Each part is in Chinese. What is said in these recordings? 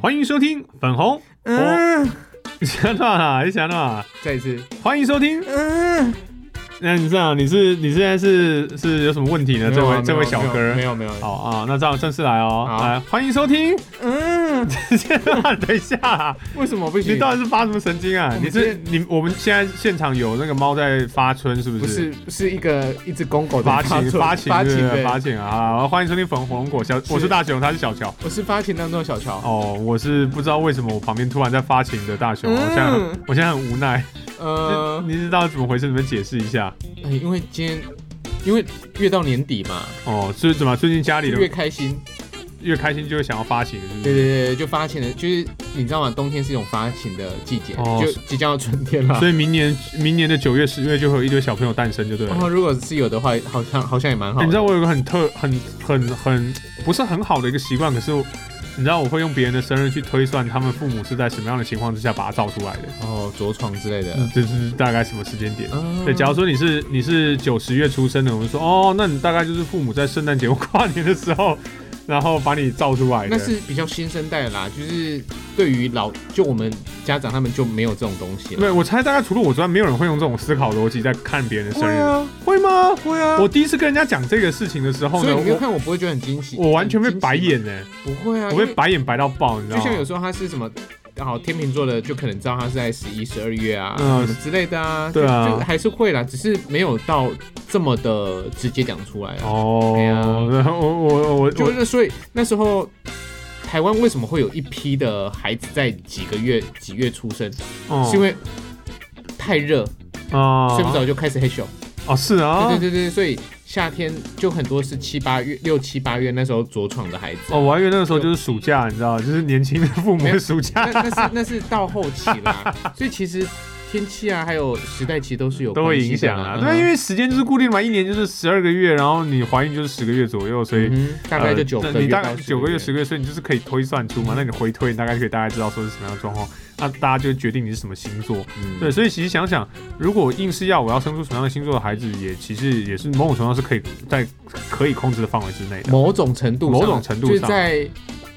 欢迎收听粉红， 嗯，想到啦，你想到啦，再一次，欢迎收听。嗯，那你这样，你是你现在是是有什么问题呢？没这有啊位这位小哥没，有没有，没有好啊，那这样正式来哦，好来欢迎收听。 嗯，等一下啦，为什么不行？你到底是发什么神经啊我？们你是今你我们现在现场有那个猫在发春，是不不是是一个一只公狗的发情错发情发情对不对对发情啊！好欢迎收听粉红果小，我是大熊，他是小乔。我是发情当中的小乔，哦，我是不知道为什么我旁边突然在发情的大熊，嗯我现在很我现在很无奈。呃，你知道怎么回事？你们解释一下。哎因为今天因为越到年底嘛，哦，是怎么最近家里就越的开心，越开心就会想要发情，是不是？对对对，对就发情的，就是你知道吗？冬天是一种发情的季节，哦就即将要春天了。所以明年明年的九月十月就会有一堆小朋友诞生，就对了然。哦后如果是有的话，好像好像也蛮好欸的。你知道我有个很特、很、很、很不是很好的一个习惯，可是我你知道我会用别人的生日去推算他们父母是在什么样的情况之下把它造出来的，哦，着床之类的。就是大概什么时间点。嗯对，假如说你是你是九十月出生的，我们说哦，那你大概就是父母在圣诞节或跨年的时候，然后把你造出来的。那是比较新生代的啦，就是对于老就我们家长他们就没有这种东西了。对，我猜大概除了我之外，没有人会用这种思考逻辑在看别人的生日，，会吗？会啊我第一次跟人家讲这个事情的时候所以呢，你没有我看我不会觉得很惊喜，我完全被很惊喜吗白，眼呢、不会啊，我因被为白眼白到爆，你知道就吗？像有时候他是什么。好，天秤座的就可能知道他是在十一、十二月啊，嗯什么之类的啊，对啊就就还是会啦，只是没有到这么的直接讲出来啊。哦，对啊然后我我我就我是所以那时候台湾为什么会有一批的孩子在几个月几月出生，哦是因为太热，啊睡不着就开始黑咻。哦是啊，对对对对，所以夏天就很多是七八月、六七八月那时候着床的孩子。哦，我还以为那个时候就是暑假，你知道，就是年轻的父母没的有暑假那那是那是到后期啦， 所以其实天气啊，还有时代其实都是有都会关系的影响啊。嗯对，因为时间就是固定嘛，一年就是十二个月，然后你怀孕就是十个月左右，所以。嗯大概就呃九个那月你大到概10九个月、十个月，所以你就是可以推算出嘛。那你回推，你大概就可以大概知道说是什么样的状况，那大家就决定你是什么星座。嗯对，所以其实想想，如果硬是要我要生出什么样的星座的孩子，也其实也是某种程度上是可以在可以控制的范围之内的。某种程度上，某种程度上就是在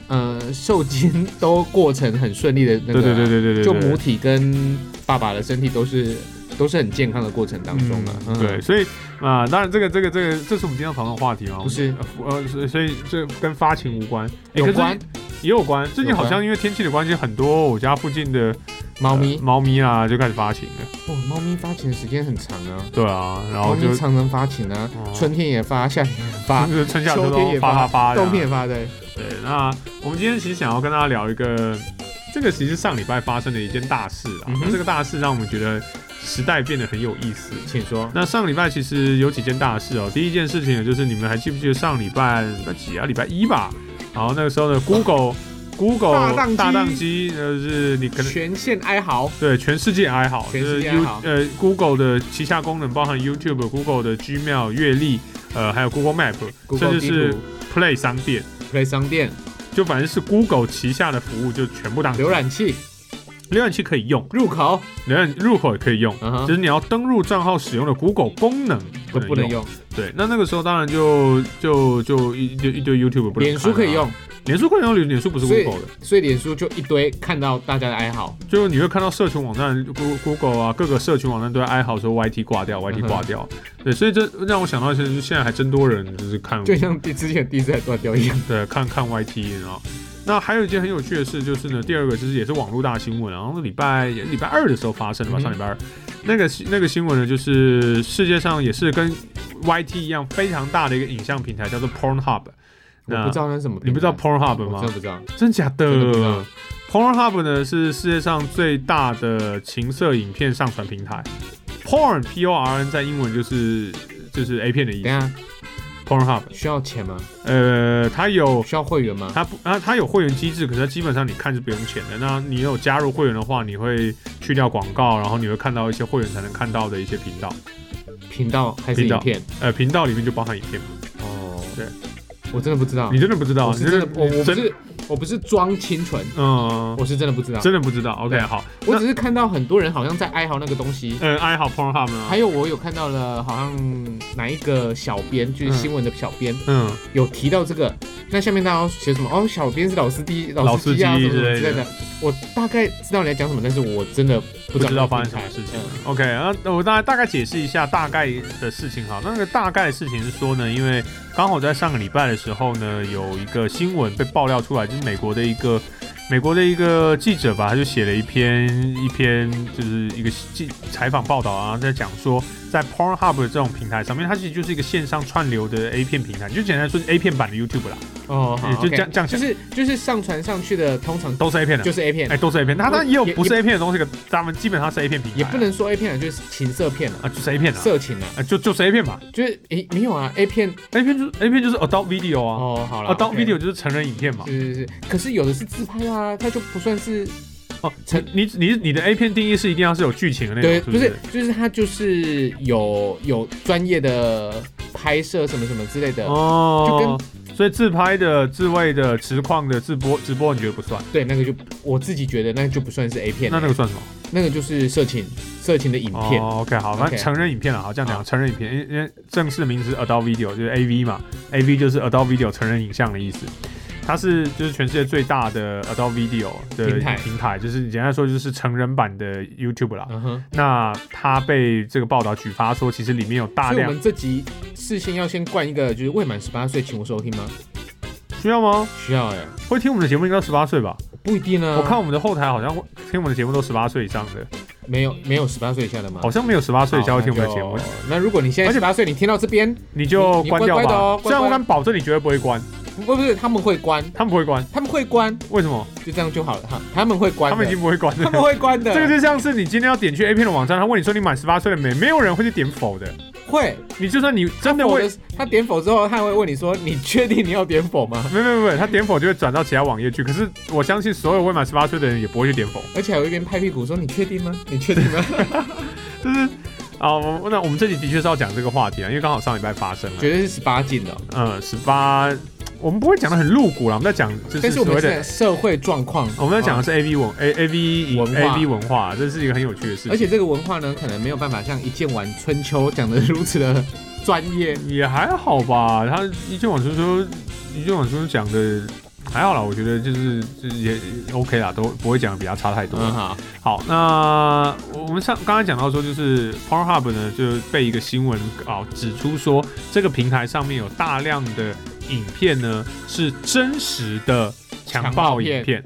呃受精都过程很顺利的那个对啊，对对对对对，就对母体跟爸爸的身体都是都是很健康的过程当中啊。嗯对，，所以啊、当然这个这个这个，这是我们今天要讨论的话题嘛，不是我们呃，所以所以这跟发情无关，诶有关，可是也有关。最近好像因为天气的关系，很多我家附近的猫咪呃，猫咪啊就开始发情了，哇，哦猫咪发情的时间很长啊。对啊，然猫后就咪常常发情啊哦，春天也发，夏天也 发，就是春夏秋秋天冬也发发发的、冬啊。天也发对。对，那我们今天其实想要跟大家聊一个，这个其实上礼拜发生的一件大事啊，嗯哼那这个大事让我们觉得时代变得很有意思。请说，那上礼拜其实有几件大事哦。第一件事情呢，就是你们还记不记得上礼拜礼拜几啊？礼拜一吧。然后那个时候呢，Google、Google 大宕机大宕机，呃就是你可能全线哀嚎，对全世界哀嚎，全世界就是 You 哀嚎呃 Google 的旗下功能包含 YouTube、Google 的 Gmail、阅历，呃，还有 Google Map，甚 Google 至地是图 Play 商店， Play 商店、就反正是 Google 旗下的服务就全部宕机。浏览器、浏览器可以用，入口，浏览入口也可以用，嗯只哼，是你要登录账号使用的 Google 功能都不能。用。对，那那个时候当然就就就一就一堆 YouTube 不能、啊脸书可以，用，脸书可以用，脸脸书不是所以 Google 的，所以脸书就一堆看到大家的哀嚎，就你会看到社群网站 Goo- Google 啊，各个社群网站都在哀嚎说 YT 挂掉嗯，YT 哼挂掉。对，所以这让我想到，其实现在还真多人就是看就像第之前第一次在断掉 一样。对看看 YT，然后。那还有一件很有趣的事，就是呢，第二个就是也是网络大新闻，然后礼拜礼拜二的时候发生的吧，嗯哼上礼拜二，那个那个新闻呢，就是世界上也是跟 YT 一样非常大的一个影像平台，叫做 Pornhub。我不知道那是什么，啊你不知道 Pornhub 嗯我吗真的？不知道。真假的真的不知道 p o r n h u b 呢是世界上最大的情色影片上传平台。Porn P O R N 在英文就是就是 A 片的意等思一。下 Pornhub 需要钱吗？呃，它有需要会员吗？它不啊，它有会员机制，可是它基本上你看是不用钱的。那你有加入会员的话，你会去掉广告，然后你会看到一些会员才能看到的一些频道。频道还是频道影片？呃，频道里面就包含影片嘛。哦，对，我真的不知道你。真的不知道？啊哦啊我你是真的，我我不真是我不是装清纯，嗯，我是真的不知道，真的不知道。OK，对好，我那只是看到很多人好像在哀嚎那个东西。嗯，哀嚎 Pornhub 呢还？有我有看到了，好像哪一个小编，就是新闻的小编、嗯，有提到这个，那下面大家写什么？哦，小编是老司机，老司司机机啊，什么什之么类之类的的。我大概知道你在讲什么，但是我真的不不知道那发个生什么平事台情嗯。 OK，啊，那我大概大概解释一下大概的事情哈。那个大概的事情是说呢，因为刚好在上个礼拜的时候呢，有一个新闻被爆料出来，就是美国的一个美国的一个记者吧，他就写了一篇一篇就是一个记采访报道啊，在讲说在 Pornhub 这种平台上面，它其实就是一个线上串流的 A 片平台，就简单说是 A 片版的 YouTube 啦，哦，好也就 OK 这样这样就讲，是就是上传上去的，通常都是 A 片的就，是 A 片哎，，都是 A 片，它它也有也不是 A 片的东西，可他们基本上是 A 片平台啊，也不能说 A 片了，就是情色片了，啊，就是 A 片啊。色情了，啊，就就是 A 片嘛就是诶没有啊，A 片，A 片就是 A 片就是 adult video 啊、哦，好了 a d u l t ，OK video 就是成人影片嘛。是是是，可是有的是自拍啊，它就不算是哦，成你你你的 A 片定义是一定要是有剧情的那种，对，是不是是？，就是它就是有有专业的拍摄什么什么之类的，哦，所以自拍的、自慰的、实况的、直播直播，你觉得不算？对，那个就我自己觉得那个就不算是 A 片，那那个算什么？那个就是色情色情的影片，哦，OK，好，反正 OK 成人影片了，好，这样讲，成人影片，因为因为正式的名字是 adult video，就是 AV 嘛，AV 就是 adult video 成人影像的意思。它是就是全世界最大的 adult video 的平台平台，就是简单说就是成人版的 YouTube 啦。嗯哼。那他被这个报道举发说，其实里面有大所以我量们这集事先要先灌一个，就是未满十八岁请勿收听吗？需要吗？需要哎、会听我们的节目应该十八岁吧？不一定啊。我看我们的后台好像会听我们的节目都十八岁以上嗯的，没有没有十八岁以下的吗？好像没有十哦八岁以下会听我们的节目好。那就那如果你现在而且十八岁，你听到这边，你就关掉你你乖乖的哦吧乖。乖虽然我敢保证你绝对不会关，不不是他们会关，他们不会关，他们会关，为什么？就这样就好了哈。他们会关他的，们已经不会关 他们了。会关的，这个就像是你今天要点去 A 片的网站，他问你说你满十八岁了没？没有人会去点否的。会。你就算你真的我会，的他点否之后，他还会问你说：“你确定你要点否吗没有没有没有，他点否就会转到其他网页去。可是我相信所有未满十八岁的人也不会去点否。？”而且还有一边拍屁股说：“你确定吗？你确定吗就是啊，我、那我们这集的确是要讲这个话题啊，因为刚好上礼拜发 生？”了。绝对是十八禁的哦。嗯，十八，我们不会讲的很露骨啦，我们在讲就但是是所我们谓现的在，社会状况，我们在讲的哦，是 A V 文 A A V 影文化 A V 文化，这是一个很有趣的事而情。且这个文化呢，可能没有办法像一剑晚春秋讲的如此的专业。也还好吧，他一卷往春说，一卷往春讲的还好啦，我觉得就是就是也也 OK 啦，都不会讲的比他差太多。嗯，好，好，那我们上刚才讲到说，就是 Pornhub 呢就被一个新闻稿指出说，这个平台上面有大量的影片呢是真实的强暴影片，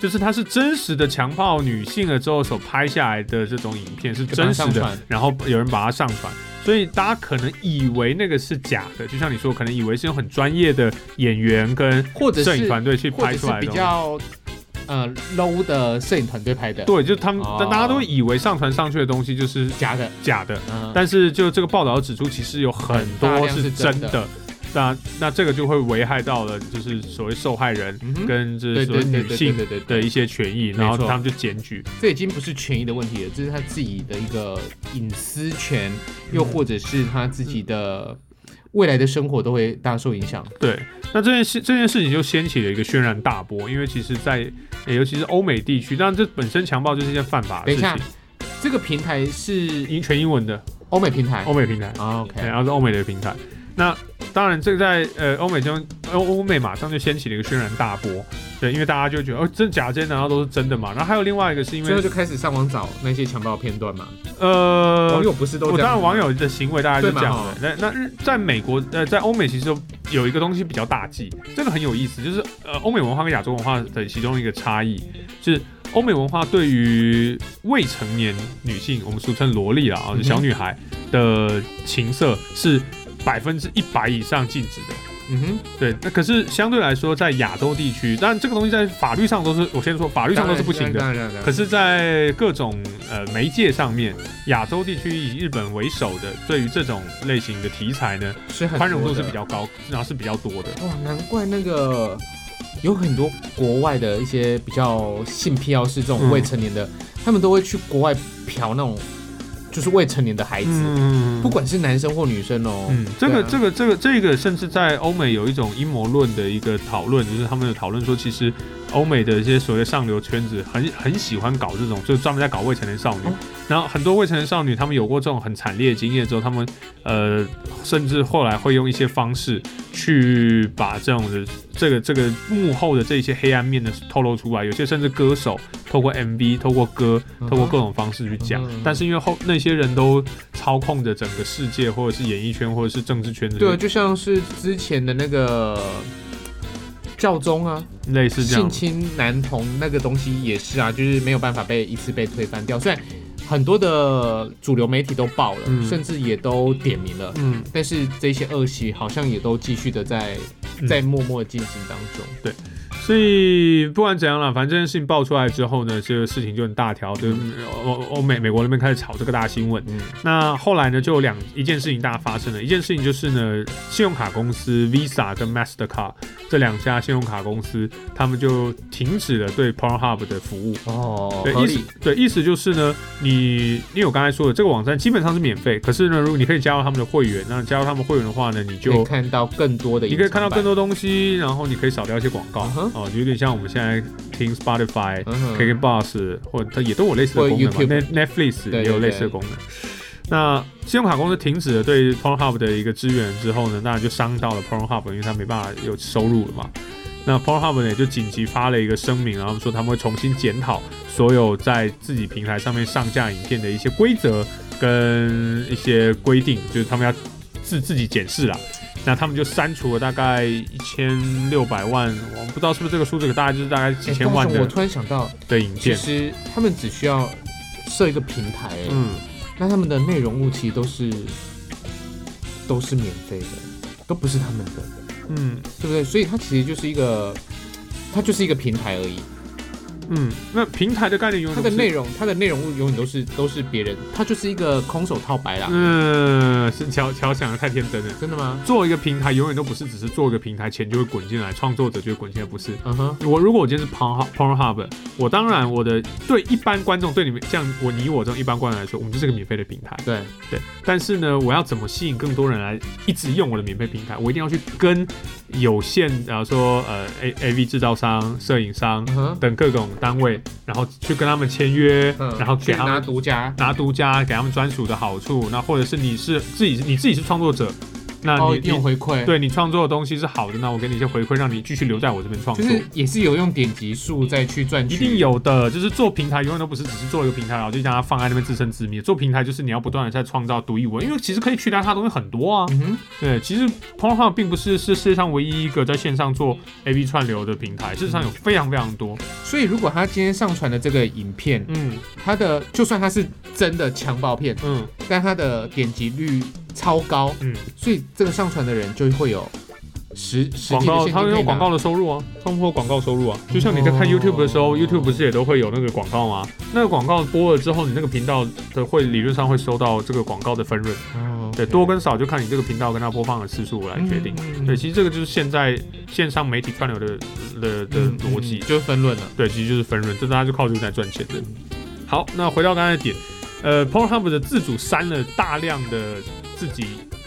就是它是真实的强暴女性了之后所拍下来的这种影片是真实就把它上的传，然后有人把它上传。所以大家可能以为那个是假的，就像你说，可能以为是用很专业的演员跟或者摄影是团队去或拍者出是来的比东西。较呃 low 的摄影团队拍的，对，就他们，哦大家都会以为上传上去的东西就是假的。假的，嗯，但是就这个报道指出，其实有很多是真很大量是真的的。那那这个就会危害到了，就是所谓受害人嗯哼跟这对所谓对对女对性对对的对，一些权益，然后没错他们就检举。这已经不是权益的问题了，这是他自己的一个隐私权，又或者是他自己的未来的生活都会大受影响。对，那这件事这件事情就掀起了一个轩然大波，因为其实在，呃尤其是欧美地区，当然这本身强暴就是一件犯法的等一事下情。，这个平台是英全英文的欧美平台欧美平台，啊，OK，哦对然后是欧美的平台。那当然，这个在呃欧美中，欧欧美马上就掀起了一个轩然大波，对，因为大家就觉得哦，真假这些难道都是真的嘛？然后还有另外一个是因最后为就开始上网找那些强暴片段嘛，呃网，友不是都我哦这当样然吗网友的行为大家就对嘛哦讲哈了，那那日在美国呃在欧美其实有一个东西比较大忌，这个很有意思，就是呃欧美文化跟亚洲文化的其中一个差异是。欧美文化对于未成年女性，我们俗称萝莉啦啊，嗯哼小女孩的情色是百分之一百以上禁止的。嗯哼，对，那可是相对来说，在亚洲地区，当然这个东西在法律上都是，我先说法律上都是不行的。当然。当然当然可是，在各种呃媒介上面，亚洲地区以日本为首的，对于这种类型的题材呢，是很宽容多度是的比较高，然后是比较多的。哇，难怪那个有很多国外的一些比较性癖好是这种嗯未成年的，他们都会去国外嫖那种就是未成年的孩子，嗯不管是男生或女生哦。嗯，这个、对啊这个这个这个，甚至在欧美有一种阴谋论的一个讨论，就是他们有讨论说，其实欧美的一些所谓的上流圈子很很喜欢搞这种，就是专门在搞未成年少女。哦然后很多未成年少女，她们有过这种很惨烈的经验之后，她们呃，甚至后来会用一些方式去把这种的这个这个幕后的这些黑暗面呢透露出来。有些甚至歌手透过 MV、透过歌、嗯哼透过各种方式去讲嗯哼，但是因为后那些人都操控着整个世界，或者是演艺圈，或者是政治圈这对啊，些，就像是之前的那个教宗啊，类似这性样。侵男童那个东西也是啊，就是没有办法被一次被推翻掉。虽然很多的主流媒体都报了，嗯甚至也都点名了，嗯，但是这些恶习好像也都继续的在嗯在默默进行当中。所以不管怎样啦，反正这件事情爆出来之后呢，这个事情就很大条，就是欧欧美美国那边开始炒这个大新闻。嗯，那后来呢，就有两一件事情大家发生了，一件事情就是呢，信用卡公司 Visa 跟 Mastercard 这两家信用卡公司，他们就停止了对 Pornhub 的服务。哦，对，合意思理。对意思就是呢，你因为我刚才说的这个网站基本上是免费，可是呢，如果你可以加入他们的会员，那加入他们会员的话呢，你可以就看到更多的，你可以看到更。多东西，然后你可以少掉一些广告，嗯哦哼、有点像我们现在听 Spotify、嗯哼 KK Bus 或者它也都有类似的或功能嘛 YouTube ，Net Netflix 对也有对类似的功能。那信用卡公司停止了对 Pornhub 的一个支援之后呢，那就伤到了 Pornhub，因为它没办法有收入了嘛。那 Pornhub 呢也就紧急发了一个声明，然后说他们会重新检讨所有在自己平台上面上架影片的一些规则跟一些规定，就是他们要自自己检视啦。那他们就删除了大概一千六百万，我不知道是不是这个数字，大概就是大概几哎千万但是我的突然想到，的影其片。实他们只需要设一个平台、哎嗯，那他们的内容物其实都是都是免费的，都不是他们的。嗯对不对？所以它其实就是一个，它就是一个平台而已。嗯，那平台的概念永远它都的是内容，它的内容物永远都是都是别人，它就是一个空手套白狼。嗯，是乔乔想的太天真了。真的吗？做一个平台，永远都不是只是做一个平台，钱就会滚进来，创作者就会滚进来，不是？嗯哼，我如果我今天是 Pornhub Pornhub，我当然我的对一般观众，对你们像我你我这种一般观众来说，我们就是个免费的平台，对，对。但是呢，我要怎么吸引更多人来一直用我的免费平台？我一定要去跟有限，然后说呃 A A V 制造商、摄影商嗯哼，等各种单位，然后去跟他们签约，嗯，然后去给他拿们啊独家。拿独家给他们专属的好处，那或者是你是自己你自己是创作者，那哦，你、一定有你回馈，，对你创作的东西是好的，那我给你一些回馈，让你继续留在我这边创就作。是也是有用点击数再去赚取，一定有的，就是做平台永远都不是只是做一个平台，然后就将它放在那边自生自灭。做平台就是你要不断的在创造独一无二，因为其实可以取代它的东西很多啊。嗯哼，对，其实 Pornhub 并不是是世界上唯一一个在线上做 A V 串流的平台，事实上有非常非常多。所以如果他今天上传的这个影片，嗯他的就算他是真的强暴片，嗯但他的点击率超高，嗯，所以这个上传的人就会有实实广际的告现金它可以有拿广告的收入啊，他们会有广告收入啊。就像你在看 YouTube 的时候、哦 y o u t u b e 不是也都会有那个广告吗？那个广告播了之后，你那个频道的会理论上会收到这个广告的分润。哦对，多跟少就看你这个频道跟它播放的次数来决定。嗯对，其实这个就是现在线上媒体串流的的的嗯逻辑嗯。就是分论了。对，其实就是分润，这大家就靠这个来赚钱的。嗯好，那回到刚才的点，呃，Pornhub 的自主删了大量的自己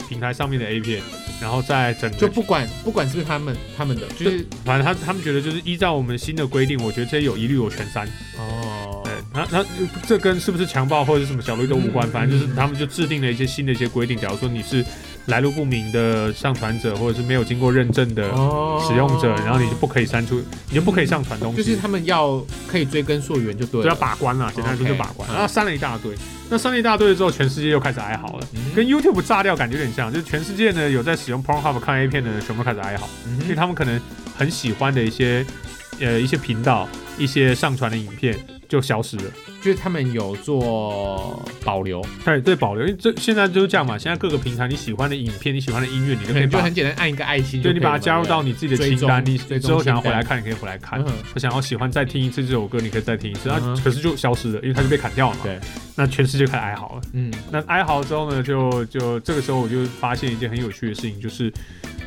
平台上面的 A 片，然后在整个就不管不管是不是他们他们的，就是反正他他们觉得就是依照我们新的规定，我觉得这些有疑虑我全删。哦对，那那这跟是不是强暴或者是什么小路都无关，嗯反正就是他们就制定了一些新的一些规定。假如说你是来路不明的上传者，或者是没有经过认证的哦使用者，然后你就不可以删除，你就不可以上传东就是西，他们要可以追根溯源就对就了，要把关了。简单来说就 OK，把关。嗯然后删了一大堆，那删了一大堆之后，全世界又开始哀嚎了。嗯跟 YouTube 炸掉感觉有点像，就是全世界呢有在使用 Pornhub 看 A 片的人，全部开始哀嚎。嗯因为他们可能很喜欢的一些呃一些频道、一些上传的影片就消失了。就是他们有做保留，对对，保留，因为这现在就是这样嘛。现在各个平台你喜欢的影片、你喜欢的音乐，你可都可以 能就把很简单按一个爱心对就可以你了，把它加入到你自己的清单，追你踪追踪之后想要清单回来看，你可以回来看对。不对。嗯我想要喜欢再听一次这首歌，你可以再听一次。嗯啊，可是就消失了，因为它就被砍掉了嘛。对，那全世界开始哀嚎了。嗯，那哀嚎之后呢，就就这个时候我就发现一件很有趣的事情，就是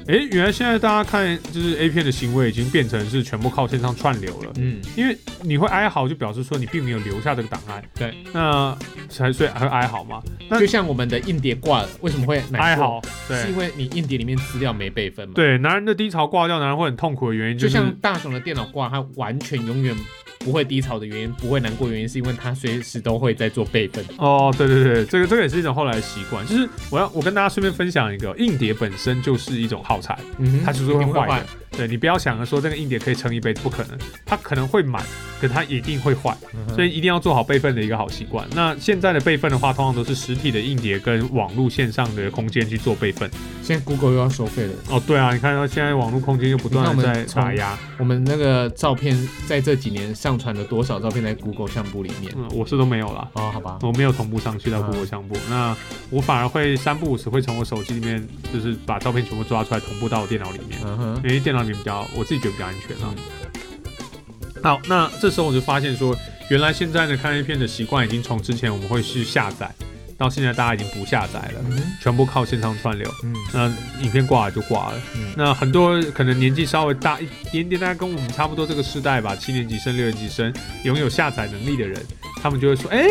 哎，原来现在大家看就是 A 片的行为已经变成是全部靠线上串流了。嗯，因为你会哀嚎，就表示说你并没有留下这个档案。对，那才所以还会哀嚎嘛？那就像我们的硬碟挂了，为什么会哀难过？嚎，对是因为你硬碟里面资料没备份嘛？，对，男人的低潮挂掉，男人会很痛苦的原因就是像大雄的电脑挂，他完全永远不会低潮的原因，不会难过的原因，是因为他随时都会在做备份。哦，对对对，这个这个也是一种后来的习惯。就是我要我跟大家顺便分享一个，硬碟本身就是一种耗材，嗯哼它就是会一定坏的。对你不要想着说这个硬碟可以撑一辈子，不可能，它可能会满，可它一定会坏，嗯哼所以一定要做好备份的一个好习惯。那现在的备份的话，通常都是实体的硬碟跟网络线上的空间去做备份。现在 Google 又要收费了。哦，对啊，你看到现在网络空间又不断你的看我在们打压。我们那个照片在这几年上传了多少照片在 Google 相簿里面？嗯，我是都没有啦。哦，好吧，我没有同步上去到啊 Google 相簿，那我反而会三不五时会从我手机里面，就是把照片全部抓出来同步到我电脑里面，嗯因哼，为电脑里面比较，我自己觉得比较安全啊。嗯好，那这时候我就发现说，原来现在的看 A 片的习惯已经从之前我们会去下载，到现在大家已经不下载了，嗯全部靠线上串流。嗯那影片挂了就挂了。嗯那很多可能年纪稍微大一点点，大概跟我们差不多这个世代吧，七年级生、六年级生，拥有下载能力的人，他们就会说：“哎、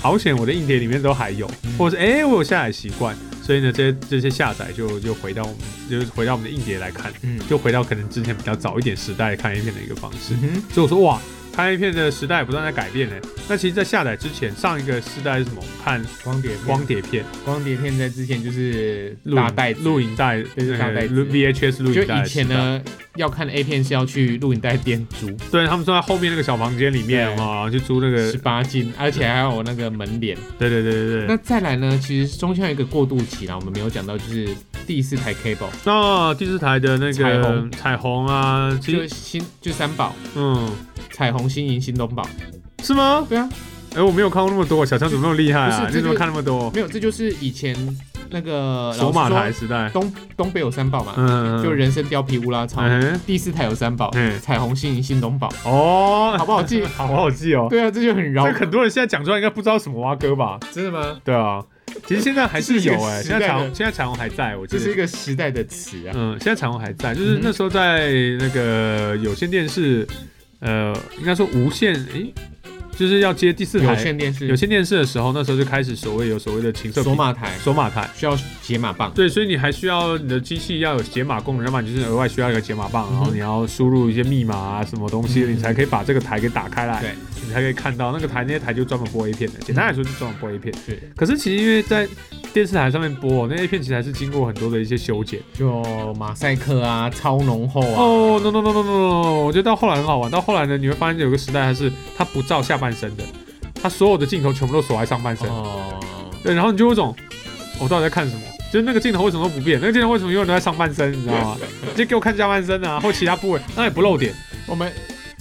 好险，我的硬碟里面都还有，嗯或者是哎、我有下载习惯。”所以呢，这些这些下载就就回到我们，就是回到我们的硬碟来看，嗯就回到可能之前比较早一点时代看 A 片的一个方式。嗯所以我说哇，看 A 片的时代不断在改变呢。那其实，在下载之前，上一个时代是什么？看哼，光碟片光碟片。光碟片在之前就是录大影袋子录影带，对是大袋子 VHS 录就影带。以前？呢，要看 A 片是要去录影带店租对他们说在后面那个小房间里面对啊，去租那个十，八禁，而且还有那个门脸。对对对对那对。再来呢，其实中间有一个过渡期啦，我们没有讲到，就是第四台 cable，那第四台的那彩个虹彩虹啊，其就实新就三宝，嗯，彩虹、新银、新东宝。是吗？对啊，哎，我没有看过那么多，小强怎么那么厉害啊？不是你这怎就么看那么多？没有，这就是以前那个首马老台实时代说，东东北有三宝嘛，嗯，就人参、貂皮、乌拉草。嗯，第四台有三宝，嗯彩虹、新银、新东宝。哦， 好不好记 好好记哦。对啊，这就很绕这。很多人现在讲出来应该不知道什么蛙哥吧？真的吗？对啊，其实现在还是有哎，这是一个时现在代彩虹的现在彩虹还在，我记这得是一个时代的词啊。嗯，现在彩虹还在，就是嗯那时候在那个有线电视，呃，应该说无线，诶，就是要接第四有台线电视有、线电视的时候，那时候就开始所谓有所谓的情色索马台索马台。需要解码棒。对，所以你还需要你的机器要有解码功能，要不然你就是额外需要一个解码棒，嗯然后你要输入一些密码啊什么东西，嗯你才可以把这个台给打开来，对，你才可以看到那个台那些台就专门播 A 片的，简单来说就专门播 A 片。是可是其实因为在电视台上面播，那 A 片其实还是经过很多的一些修剪。就马赛克啊，超浓厚啊。哦、n o no no no no no！我觉得到后来很好玩，到后来呢，你会发现有个时代，它是它不照下半身的，它所有的镜头全部都锁在上半身，哦，对，然后你就有一种，我到底在看什么？就是那个镜头为什么都不变？那个镜头为什么永远都在上半身？你知道吗？就给我看下半身啊，或其他部位，那也不露点，我们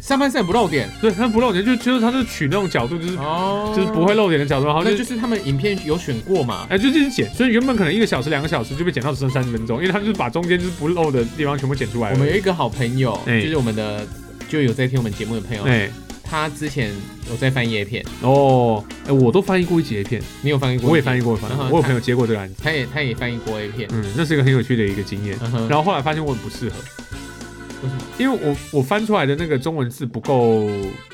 上半身也不露点对，它不露点，就就是它就取那种角度，就是、哦就是不会。露点的角度，然后那就就是他们影片有选过嘛？哎，就这样剪，所以原本可能一个小时、两个小时就被剪到只剩三十分钟，因为他们就是把中间就是不露的地方全部剪出来了。我们有一个好朋友，哎就是我们的就有在听我们节目的朋友，哎他之前有在翻叶片，哦，哎，我都翻译过一集 A 片。你有翻译过？我也翻译，过，翻译过然后我有他朋友接过这个案子，他也他也翻译过 A 片。嗯，那是一个很有趣的一个经验。嗯哼然后后来发现我很不适合，为什么？因为我我翻出来的那个中文字不够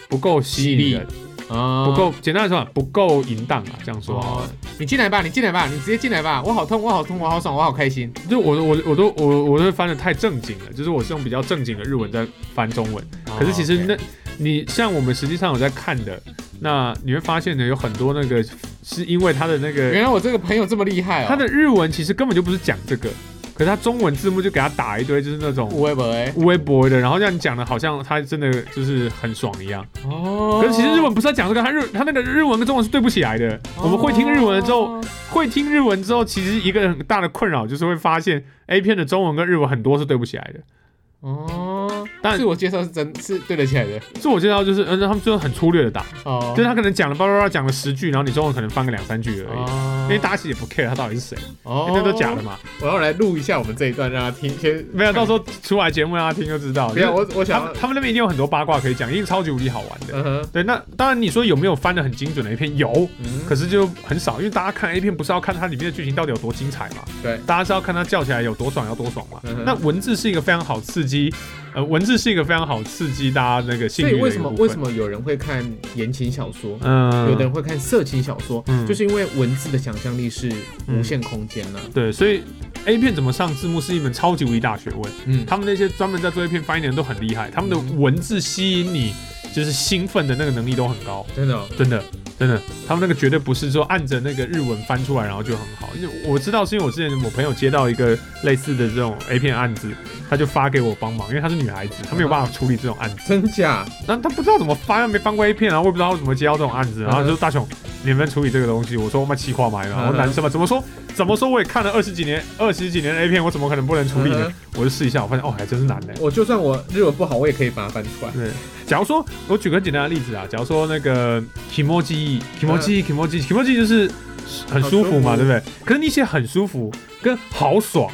不够吸犀利引人，啊不够简单的说法不够淫荡啊，这样说好了。哦你进来吧，你进来吧，你直接进来吧，我好痛，我好痛，我好爽，我好开心。就我我我都我我都翻的太正经了，就是我是用比较正经的日文在翻中文，可是其实那哦，OK 你像我们实际上有在看的，那你会发现呢有很多那个是因为他的那个原来我这个朋友这么厉害哦。呃他的日文其实根本就不是讲这个，可是他中文字幕就给他打一堆就是那种无微不微微博的，然后让你讲的好像他真的就是很爽一样。哦可是其实日文不是在讲这个，他日他那个日文跟中文是对不起来的。哦我们会听日文之后，，会听日文之后，其实一个很大的困扰就是会发现 A 片的中文跟日文很多是对不起来的。哦，但自我介绍是真是对得起来的自我介绍就是，嗯，他们就是很粗略的打，哦，就是他可能讲了叭叭叭讲了十句，然后你中文可能翻个两三句而已，哦，因为大家其实也不 care 他到底是谁，哦因为那都假的。嘛。我要来录一下我们这一段，让他听先。 没有，到时候出来节目啊让他听就知道。不要就是我我他想要们，他们那边一定有很多八卦可以讲，一定超级无敌好玩的。嗯哼，对，那当然你说有没有翻的很精准的 A 片？有，嗯，可是就很少，因为大家看 A 片不是要看它里面的剧情到底有多精彩嘛，对大家是要看它叫起来有多爽，有多爽嘛。嗯哼那文字是一个非常好刺激，呃，文字是一个非常好刺激大家那个性所欲以的为一什个么部为分什？么有人会看言情小说？嗯，有的人会看色情小说，嗯就是因为文字的想象力是无限空间了。对，所以 A 片怎么上字幕是一门超级无敌大学问。嗯，他们那些专门在做 A 片翻译的人都很厉害，他们的文字吸引你就是兴奋的那个能力都很高。真的哦、真的，真的，他们那个绝对不是说按着那个日文翻出来然后就很好，因为我知道是因为我之前我朋友接到一个类似的这种 A 片案子，他就发给我帮忙，因为她是女孩子，她没有办法处理这种案子，真假？那她不知道怎么翻，没翻过 A 片，然后我也不知道她怎么接到这种案子，然后就说大雄，你能不能处理这个东西？我说我妈气话买嘛，我嗯说男生嘛，怎么说怎么说我也看了二十几年二十几年的 A 片，我怎么可能不能处理呢嗯？我就试一下，我发现哦还真是难呢、我就算我日文不好，我也可以把它翻出来。对，假如说我举个简单的例子啊，假如说那个 kimoji kimoji kimoji kimoji 就是很舒服嘛，嗯好舒服对不对？可是你写很舒服跟好爽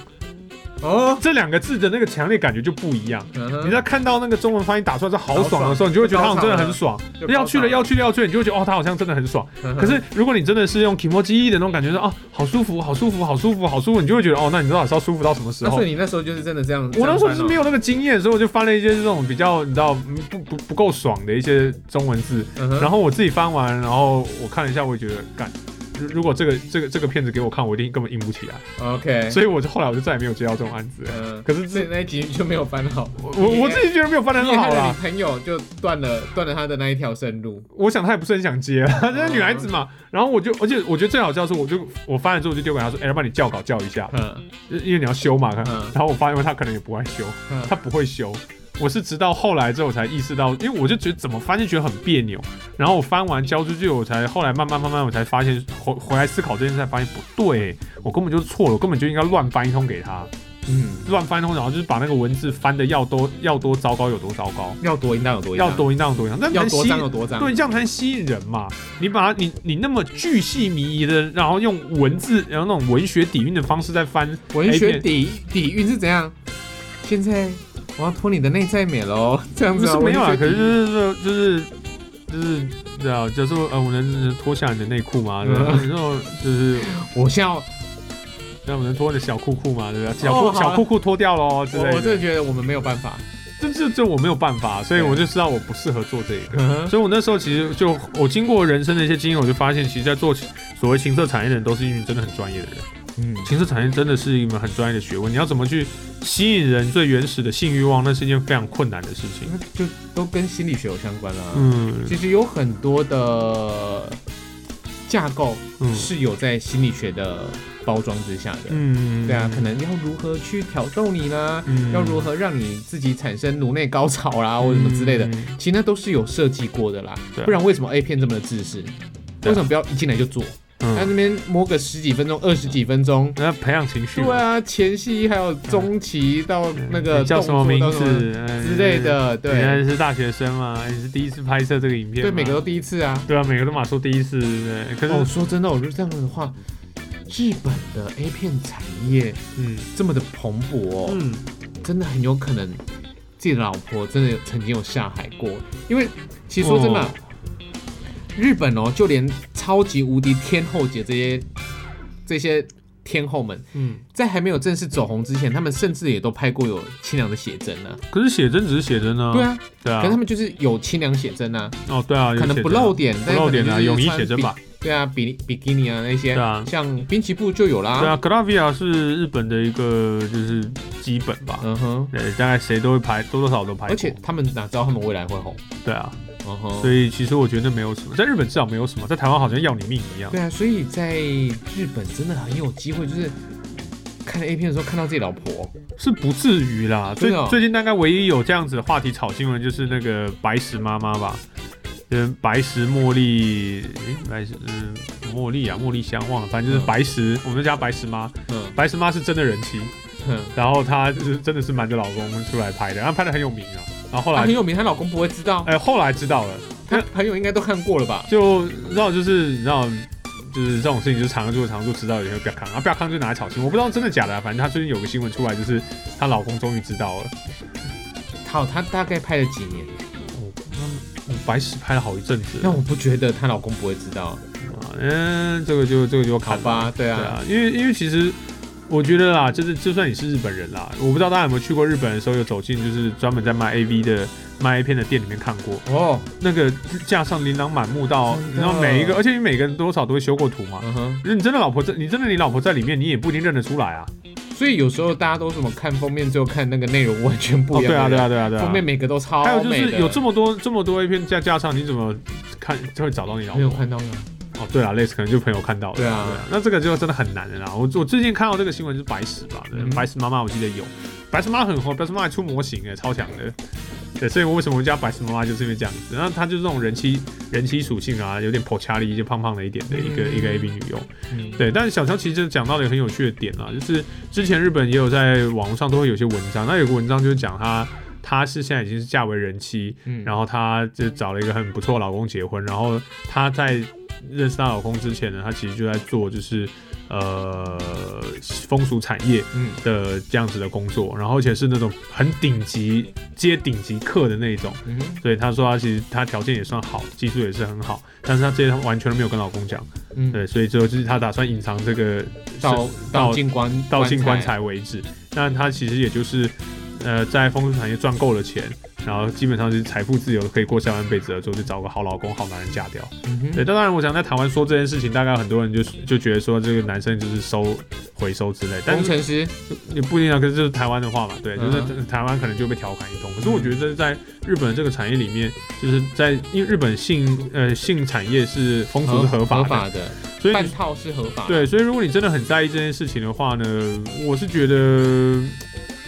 哦，这两个字的那个强烈感觉就不一样。嗯你哼，在看到那个中文翻译打出来是好爽的好爽时候，你就会觉得它好像真的很爽，就高嗯潮要去了要去了要去了，你就会觉得哦，它好像真的很爽。可是如果你真的是用 kimoji 的那种感觉说哦，好舒服，好舒服，好舒服，好舒服，你就会觉得哦，那你知道是要舒服到什么时那候所以？你那时候就是真的这样？我那时候就是没有，有那个经验，所以我就翻了一些这种比较你知道嗯不不不够爽的一些中文字，嗯哼然后我自己翻完，然后我看了一下，我也觉得干。如如果这个这个这个片子给我看，我一定根本硬不起来， OK，所以我就后来我就再也没有接到这种案子。嗯，可是所以那一集就没有翻好。我我我自己觉得没有翻的厉很害好啊的啦你，朋友就断了断了他的那一条生路。我想她也不是很想接啦，嗯这是女孩子嘛。然后我就，而且我觉得最好笑的是，我就我翻了之后我就丢给她说，哎，要不然你校稿校一下，嗯因为你要修嘛。看嗯然后我发现她可能也不爱修，嗯他不会修。我是直到后来之后才意识到，因为我就觉得怎么翻就觉得很别扭，然后我翻完交出去，我才后来慢慢慢慢我才发现回回来思考这件事，才发现不对，我根本就错了，我根本就应该乱翻一通给他，嗯，乱翻一通，然后就是把那个文字翻的要多要多糟糕有多糟糕，要多应当有多要多音量有多音量，哎但要能多吸脏有多脏。对，这样才能吸引人嘛。你把它你你那么巨细靡遗的，然后用文字，然后那种文学底蕴的方式在翻，文 A 学片底底蕴是怎样？现在我要脱你的内在美喽， 这样不子是没有啊，文可学是就是底蕴说就是就是对啊，假设呃，我能脱下你的内裤吗？对吧？嗯然后就是我现在要那我能脱你的小裤裤吗？对吧？小哦裤好啊小裤裤脱掉喽之我我类真的的。觉得我们没有办法。这这这我没有办法，所以对我就知道我不适合做这嗯个。所以我那时候其实就我经过人生的一些经验，我就发现，其实，在做所谓情色产业的人，都是一群真的很专业的人。嗯，情色产业真的是一门很专业的学问，你要怎么去吸引人最原始的性欲望，那是一件非常困难的事情。嗯就都跟心理学有相关啦、啊嗯其实有很多的架构嗯是有在心理学的包装之下的。嗯，对啊，可能要如何去挑逗你呢？嗯要如何让你自己产生颅内高潮啦，或者什么之类的，嗯其实那都是有设计过的啦。对啊不然为什么 A 片这么的自私？对啊为什么不要一进来就做？他嗯，那边摸个十几分钟、二十几分钟，那培养情绪对嘛，啊，前戏还有中期到嗯啊那个你叫什么动名作到字什么之类？的，哎你对还是大学生嘛？你是第一次拍摄这个影片对，吗？每个都第一次啊。对啊，每个都嘛说第一次，对可哦，是说真的，我就这样的话，日本的 A 片产业嗯这么的蓬勃哦，嗯真的很有可能自己的老婆真的有曾经有下海过，因为其实说真哦的啊，日本哦，就连超级无敌天后姐这些这些天后们，嗯，在还没有正式走红之前，他们甚至也都拍过有清凉的写真呢、可是写真只是写真啊，对啊，对可是他啊，们就是有清凉写真啊，哦对啊，有可能写不真啊露点，不但是露可能点就啊，是泳衣穿写真比吧，，对啊，比比基尼啊那些，对啊像滨崎步就有啦，对啊，Gravia 是日本的一个就是基本吧，嗯哼，对，大概谁都会拍，多多少少都拍过而且他们哪知道他们未来会红，对啊，嗯哼，所以其实我觉得没有什么，在日本至少没有什么，在台湾好像要你命一样。对啊，所以在日本真的很有机会，就是看 A 片的时候看到自己老婆，是不至于啦。真最的哦最近大概唯一有这样子的话题炒新闻，就是那个白石妈妈吧，嗯，白石茉莉，诶，白石，嗯，茉莉啊，茉莉香忘了，反正就是白石，我们就叫她白石妈。嗯，白石妈是真的人妻，哼，然后她就是真的是瞒着老公出来拍的，然后拍的很有名啊。然后后她来很，有名，她老公不会 知道，哎，后来知道了，她朋友应该都看过了吧？就你知道就是你知道。就是这种事情，就是藏得住，藏得住，迟早有一天会不要康。然后不要康就拿来炒新闻，我不知道真的假的、啊。反正她最近有个新闻出来，就是她老公终于知道了，好，她大概拍了几年，嗯白石拍了好一阵子了那。我不觉得她老公不会知道，啊嗯，这个就这个就好看吧？对对啊，啊，因为因为其实我觉得啦，就是就算你是日本人啦，我不知道大家有没有去过日本的时候，有走进就是专门在卖 AV 的卖 A 片的店里面看过，哦，那个架上琳琅满目到，真的哦然后每一个，而且你每个人多少都会修过图嘛。嗯哼，你真的老婆在，你真的你老婆在里面，你也不一定认得出来啊。所以有时候大家都什么看封面，最后看那个内容完全哦，不一样。对啊，对啊，对啊，对啊封。面每个都超美还有的就是有这么多这么多 A 片在架上，你怎么看就会找到你老没有婆？看到吗？哦，对啊，类似可能就朋友看到了。对啊那这个就真的很难了啦。我我最近看到这个新闻是白石吧，对嗯白石妈妈我记得有，白石妈妈很红，白石妈妈还出模型哎，超强的。对，所以我为什么我叫白石妈妈，就是因为这样子。那她就是这种人妻人妻属性啊，有点破恰力，就胖胖的一点的一个、嗯一个 A B 女优。嗯，对，但是小乔其实就讲到了一个很有趣的点啊，就是之前日本也有在网络上都会有些文章，那有个文章就是讲她她是现在已经是嫁为人妻，嗯，然后她就找了一个很不错的老公结婚，然后她在认识她老公之前呢，她其实就在做就是呃风俗产业嗯的这样子的工作，然后而且是那种很顶级接顶级客的那一种，嗯哼所以她说她其实她条件也算好，技术也是很好，但是她这些完全都没有跟老公讲，嗯，对，所以最后就是她打算隐藏这个到到到进棺到进棺，材为止。那他其实也就是，呃，在风俗产业赚够了钱，然后基本上是财富自由，可以过下半辈子了之后，就找个好老公、好男人嫁掉。嗯哼对，当然，我想在台湾说这件事情，大概很多人就就觉得说这个男生就是收回收之类，但工是程师，也不一定啊。可是就是台湾的话嘛，对，就嗯是台湾可能就被调侃一通。可是我觉得在日本这个产业里面，就是在因为日本性呃性产业是风俗是合法的，合法的，所以你半套是合法的。对，所以如果你真的很在意这件事情的话呢，我是觉得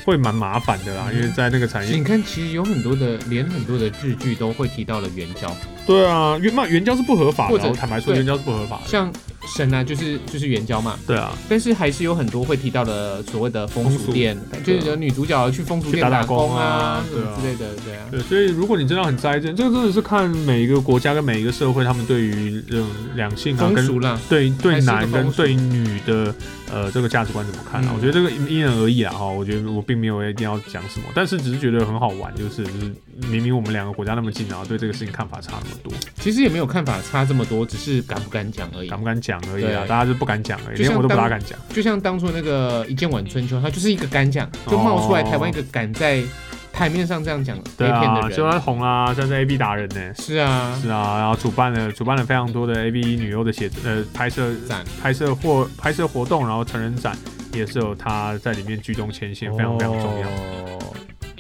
会蛮麻烦的啦，嗯因为在那个产你业。看，其实有很多的，连很多的日剧都会提到了援交，对啊，原那援交是不合法的或者啊，我坦白说，对援交是不合法的。像神啊，就是就是援交嘛。对啊，但是还是有很多会提到的所谓的风风俗俗店，就是有女主角去风俗去店打打打工工啊啊什对啊么之类的，对啊。对，所以如果你真的很在意这，这个真的是看每一个国家跟每一个社会，他们对于嗯两性啊，风跟俗啦，对对还是个男跟风俗对女的呃这个价值观怎么看啊？嗯我觉得这个因人而异啊哈，我觉得我并没有一定要讲什么，但是只是觉得很好玩，就是就是明明我们两个国家那么近，然后啊对这个事情看法差那么多。其实也没有看法差这么多，只是敢不敢讲而已敢。不敢讲而已啊，对大家就不敢讲而已，就像连我都不大当敢讲。就像当初那个一见晚春秋，他就是一个敢讲，就冒出来哦台湾一个敢在台面上这样讲 A 对片啊，的就人，他红啊，现在是 A B 达人呢、是啊，是啊，然后主办了主办了非常多的 A B 女优的写呃拍摄赞，拍摄或拍摄活动，然后成人展也是有他在里面居中牵线，非常非常重哦要。要。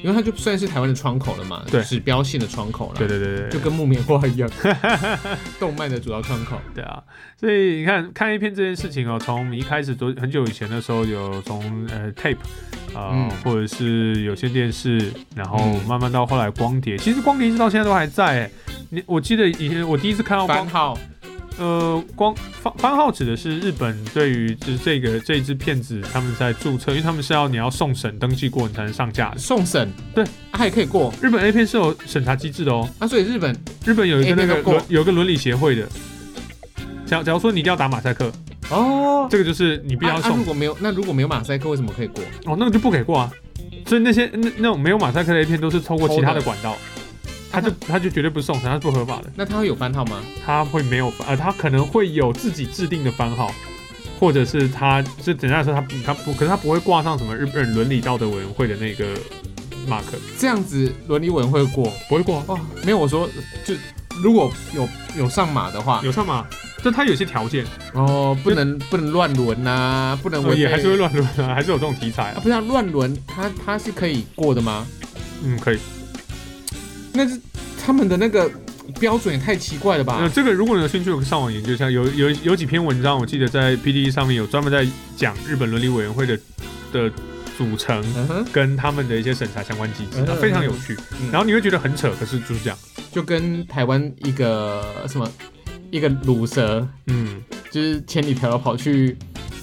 因为他就算是台湾的窗口了嘛，对指标性的窗口了，对对对对，就跟木棉花一样， 动漫的主要窗口。对啊，所以你看看 A 片这件事情哦，从一开始昨很久以前的时候有从呃 tape 啊、嗯或者是有线电视，然后嗯慢慢到后来光碟，其实光碟一直到现在都还在欸。你我记得以前我第一次看到番光号，呃，光番番号指的是日本对于就是这个这支片子他们在注册，因为他们是要你要送审登记过你才能上架的。送审，对啊，还可以过日本 A 片是有审查机制的哦，啊。所以日本日本有一个那 A 片个都过伦有一个伦理协会的。假假如说你一定要打马赛克，哦，这个就是你必须要啊啊送、如果没有那如果没有马赛克，为什么可以过？哦，那个就不给过啊。所以那些那那种没有马赛克的 A 片都是透过其他的管道，他就他就绝对不送审，他是不合法的，那他会有番号吗？他会没有呃，他可能会有自己制定的番号，或者是他就等下说他不他不，可是他不会挂上什么日本伦理道德委员会的那个 mark，这样子伦理委员会过不会挂，哦？没有，我说就如果有有上马的话，有上吗？但他有些条件，哦，不能不能乱伦呐，不能我违也背还是会乱伦啊，还是有这种题材啊，啊，不是啊乱伦，他他是可以过的吗？嗯，可以。那是他们的那个标准也太奇怪了那吧？呃这个如果你有兴趣，有上网研究一下，有有有几篇文章，我记得在 P D E 上面有专门在讲日本伦理委员会的的组成嗯哼，跟他们的一些审查相关机制，嗯啊非常有趣。嗯然后你会觉得很扯，可是就是这样。就跟台湾一个什么一个乳蛇，嗯，就是千里迢迢跑去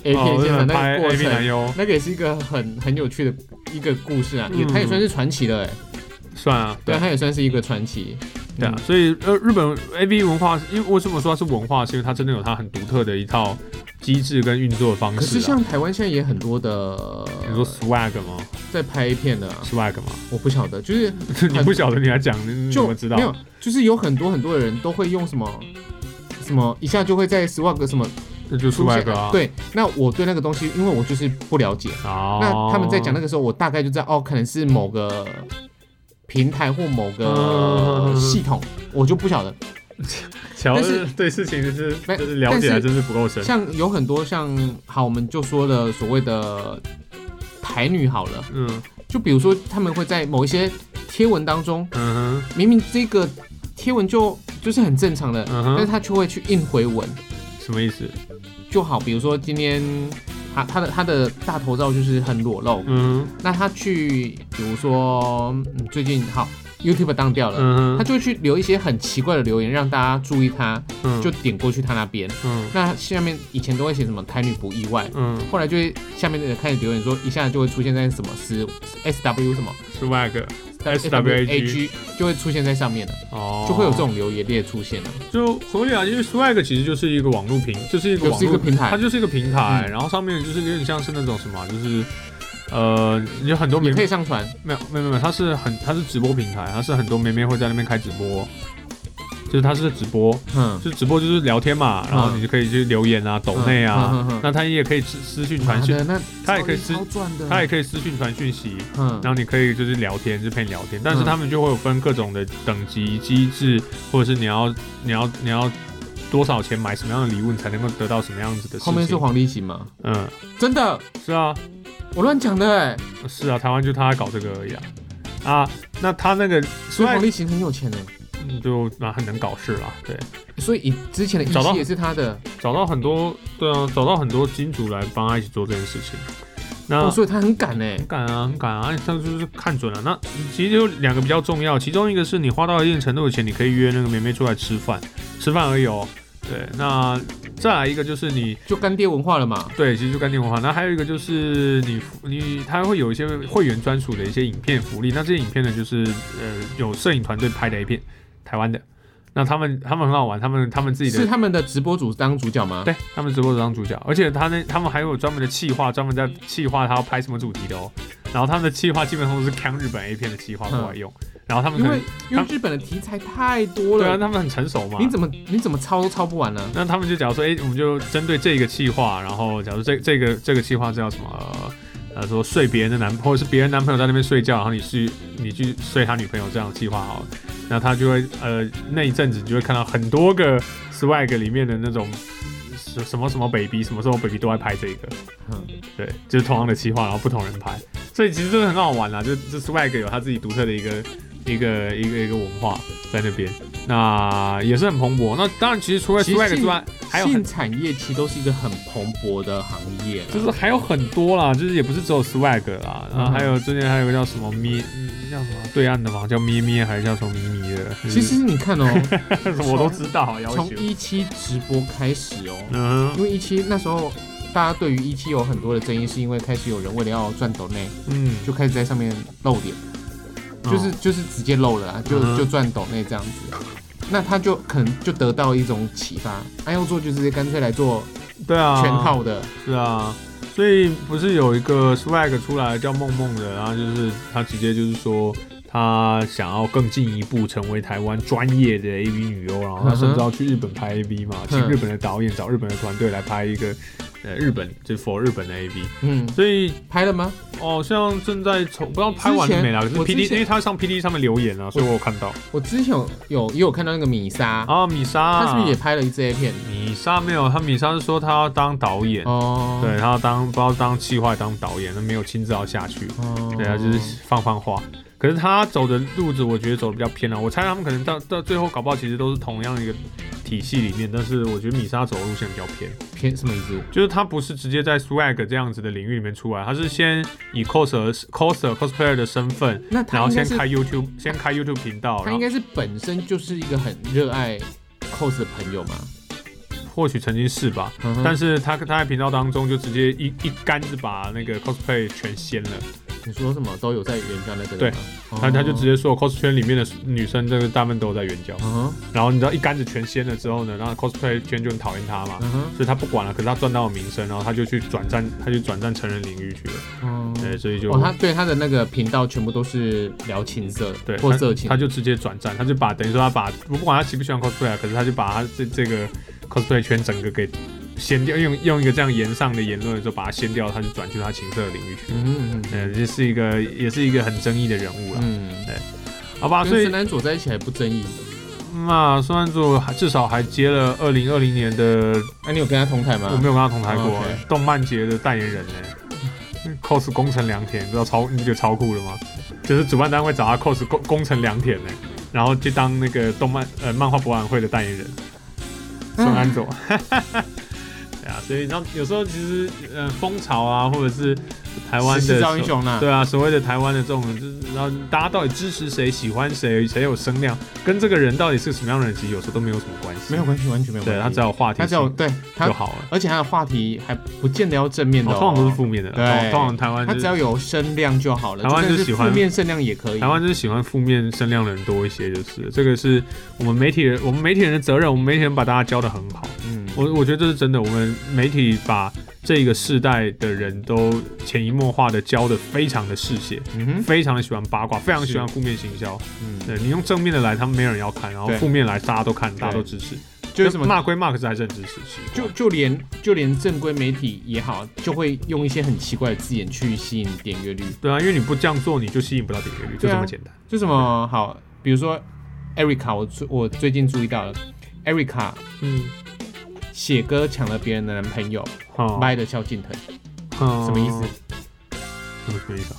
A 片现场那拍个过 A 程 V 男优，那个也是一个很很有趣的一个故事啊，也嗯它也算是传奇了哎、算啊，对对嗯啊，它也算是一个传奇。对啊，所以呃，日本 A V 文化，因为为什么说它是文化，是因为它真的有它很独特的一套机制跟运作方可式啊。是像台湾现在也很多的你说 swag 吗在拍片的、啊， ？swag 吗？ 我不晓得，就是你不晓得你还讲，你你怎就么知道没？有，就是有很多很多的人都会用什么什么一下就会在 swag 什么那就出现 swag 啊。，对，那我对那个东西，因为我就是不了解，哦，那他们在讲那个时候，我大概就知道哦，可能是某个平台或某个嗯系统，我就不晓得。乔但是对事情就是没就是了解还真是不够深。像有很多像好，我们就说了所谓的台女好了，嗯就比如说他们会在某一些贴文当中，嗯哼明明这个贴文就就是很正常的，嗯但是哼，他却会去硬回文，什么意思？就好，比如说今天。他他的他的大头照就是很裸露，嗯那他去，比如说、嗯、最近好 YouTube 当掉了，嗯哼，他就会去留一些很奇怪的留言，让大家注意他，嗯就点过去他那边。嗯那下面以前都会写什么“台女不意外”，嗯后来就会下面的人开始留言说，一下就会出现在什么是 S W 什么 swag A G，就会出现在上面了，哦，就会有这种留言列出现了。就合理啊，因为 swag 其实就是一个网络平，就是一个网就是一络个平台它就是一个平台，嗯然后上面就是有点像是那种什么啊，就是呃，有很多你妹可妹以上传，没有没有没有，它是很它是直播平台，它是很多妹妹会在那边开直播，就是它是直播，嗯，就直播就是聊天嘛，然后嗯你就可以去留言啊、抖内嗯嗯嗯啊嗯，那它也可以私私讯传妈讯，嗯的那他也可以超超赚的，它也可以私讯传讯息，嗯然后你可以就是聊天，就陪你聊天，但是嗯他们就会有分各种的等级机制，或者是你要你要你要多少钱买什么样的礼物，你才能够得到什么样子的事情。后面是黄立行吗？嗯，真的，是啊，我乱讲的哎，是啊，台湾就他在搞这个而已啊。啊，那他那个所以黄 swag 立行很有钱哎，嗯就那、很能搞事啦，对，所以以之前的找到一期也是他的，找到很多对啊，找到很多金主来帮他一起做这件事情。那嗯哦，所以他很敢哎很，敢啊，很敢啊，他就是看准了。那其实有两个比较重要，其中一个是你花到一定程度的钱，你可以约那个妹妹出来吃饭，吃饭而已哦。对，那再来一个就是你就干爹文化了嘛。对，其实就干电话。那还有一个就是你你它会有一些会员专属的一些影片福利。那这些影片呢，就是呃有摄影团队拍的一片，台湾的。那他们他们很好玩，他们他们自己的是他们的直播主当主角吗？对他们直播主当主角，而且他那他们还有专门的企划，专门在企划他要拍什么主题的哦。然后他们的企划基本上都是扛日本 A 片的企划过来用，然后他们因可为能因为他日本的题材太多嗯对啊，了，他们很成熟嘛。你怎么你怎么抄都抄不完啊呢？那他们就假如说，哎、我们就针对这个企划，然后假如这这个这个企划叫什么？呃，说睡别人的男，或者是别人男朋友在那边睡觉，然后你去你去睡他女朋友这样的计划好了，那他就会呃那一阵子你就会看到很多个 swag 里面的那种什什么什么 baby，什么时候 baby 都在拍这个，嗯，对，就是同样的企划，然后不同人拍，所以其实真的很好玩啦。就就 swag 有他自己独特的一个一个一个一个文化在那边，那也是很蓬勃。那当然，其实除了其实 swag 之性外，还有性很产业其实都是一个很蓬勃的行业啦，就是还有很多啦，就是也不是只有 swag 啦，然后还嗯有之前还有个叫什么咩，嗯叫什么对岸的嘛，叫咩咩还是叫什么咪咪的，其实你看哦，就是 我都知道，要从求。一期直播开始哦，嗯因为一期那时候大家对于一期有很多的争议，是因为开始有人为了要赚抖内，嗯，哦就开始在上面露脸，就是就是直接露了啦，啊就嗯就赚抖内这样子。那他就可能就得到一种启发，哎、要做就直接干脆来做对啊，全套的，是啊，所以不是有一个 swag 出来叫梦梦的，然后就是他直接就是说他想要更进一步成为台湾专业的 AV 女优，然后他甚嗯哼至要去日本拍 AV 嘛，请嗯日本的导演找日本的团队来拍一个呃日本就 for 日本的 AV，嗯，所以拍了吗？哦像正在从不知道拍完了没啦，可是我之 P D 前因为他上 P D 上面留言啊，所以我有看到我之前有有也有看到那个米莎，啊米莎，她是不是也拍了一支 A 片？米莎没有，他米莎是说他要当导演，哦，对，他要当不知道当企划当导演，那没有亲自要下去。哦，对啊，就是放放话。可是他走的路子，我觉得走的比较偏了、啊我猜他们可能到到最后搞不好其实都是同样一个体系里面，但是我觉得米莎走的路线比较偏，偏什么意思？就是他不是直接在 swag 这样子的领域里面出来，他是先以 coser coser cosplayer 的身份，那然她后应该先是开 YouTube 先开 YouTube 频道，她然后应该是本身就是一个很热爱 cos 的朋友嘛，或许曾经是吧，嗯哼但是他他在频道当中就直接一一竿子把那个 cosplay 全掀了，你说什么都有在原价那个对人吗，哦他他就直接，接说 cos 圈里面的女生这个大部分都有在援交，嗯哼，然后你知道一竿子全掀了之后呢，然后 cosplay 圈就很讨厌他嘛，嗯哼，所以他不管了，可是他赚到了名声，然后他就去转战，他就转战成人领域去了，哦对，所以就哦，他对他的那个频道全部都是聊情色，对，或他色情，他就直接转战，他就把等于说他把不管他喜不喜欢 cosplay，啊可是他就把他这这个 cosplay 圈整个给掀掉，用用一个这样言上的言论的时候把他掀掉，他就转去他情色的领域去。嗯嗯呃，这是一个也是一个很争议的人物了，嗯，好吧？啊所跟以直男左在一起还不正义。那孙安佐还至少还接了二零二零年的，那、你有跟他同台我吗没？有跟他同台过、啊，OK 动漫节的代言人呢、cos 工程良田，你知道超你觉得超酷的吗？就是主办单位找他 cos 工工程良田呢、然后去当那个动漫呃漫画博览会的代言人，孙安佐。 对啊，所以然后有时候其实呃风潮啊，或者是台湾时的势造英雄啦，对啊，所谓的台湾的这种，就是然后大家到底支持谁、喜欢谁、谁有声量，跟这个人到底是什么样的人，其实有时候都没有什么关系。没有，关系，完全没有关对系。他只要有话题他只有性对他就，好了。而且他的话题还不见得要正面的、哦，哦通常都是负面的，对通通常台湾他就只是要有声量就好了。台湾就真的就是喜欢负面声量也可以。台湾就是喜欢负面声量的人多一些，就是这个是我们媒体人，我们媒体人的责任，我们媒体人把大家教的很好。嗯，我我觉得这是真的，我们媒体把这个世代的人都潜移默化的教的非常的嗜血，嗯哼，非常的喜欢八卦，非常喜欢是负面行销。嗯，对你用正面的来，他们没有人要看；然后对负面来，大家都看，大家都支持。就是什么骂归骂，可是还是很支持。奇怪就就连就连正规媒体也好，就会用一些很奇怪的字眼去吸引点阅率，对啊，因为你不这样做，你就吸引不到点阅率，就对啊这么简单。就什么好，比如说 Erica，我最我最近注意到了 Erica 嗯，写歌抢了别人的男朋友，好，卖的萧敬腾，什什么意思？什么意思啊？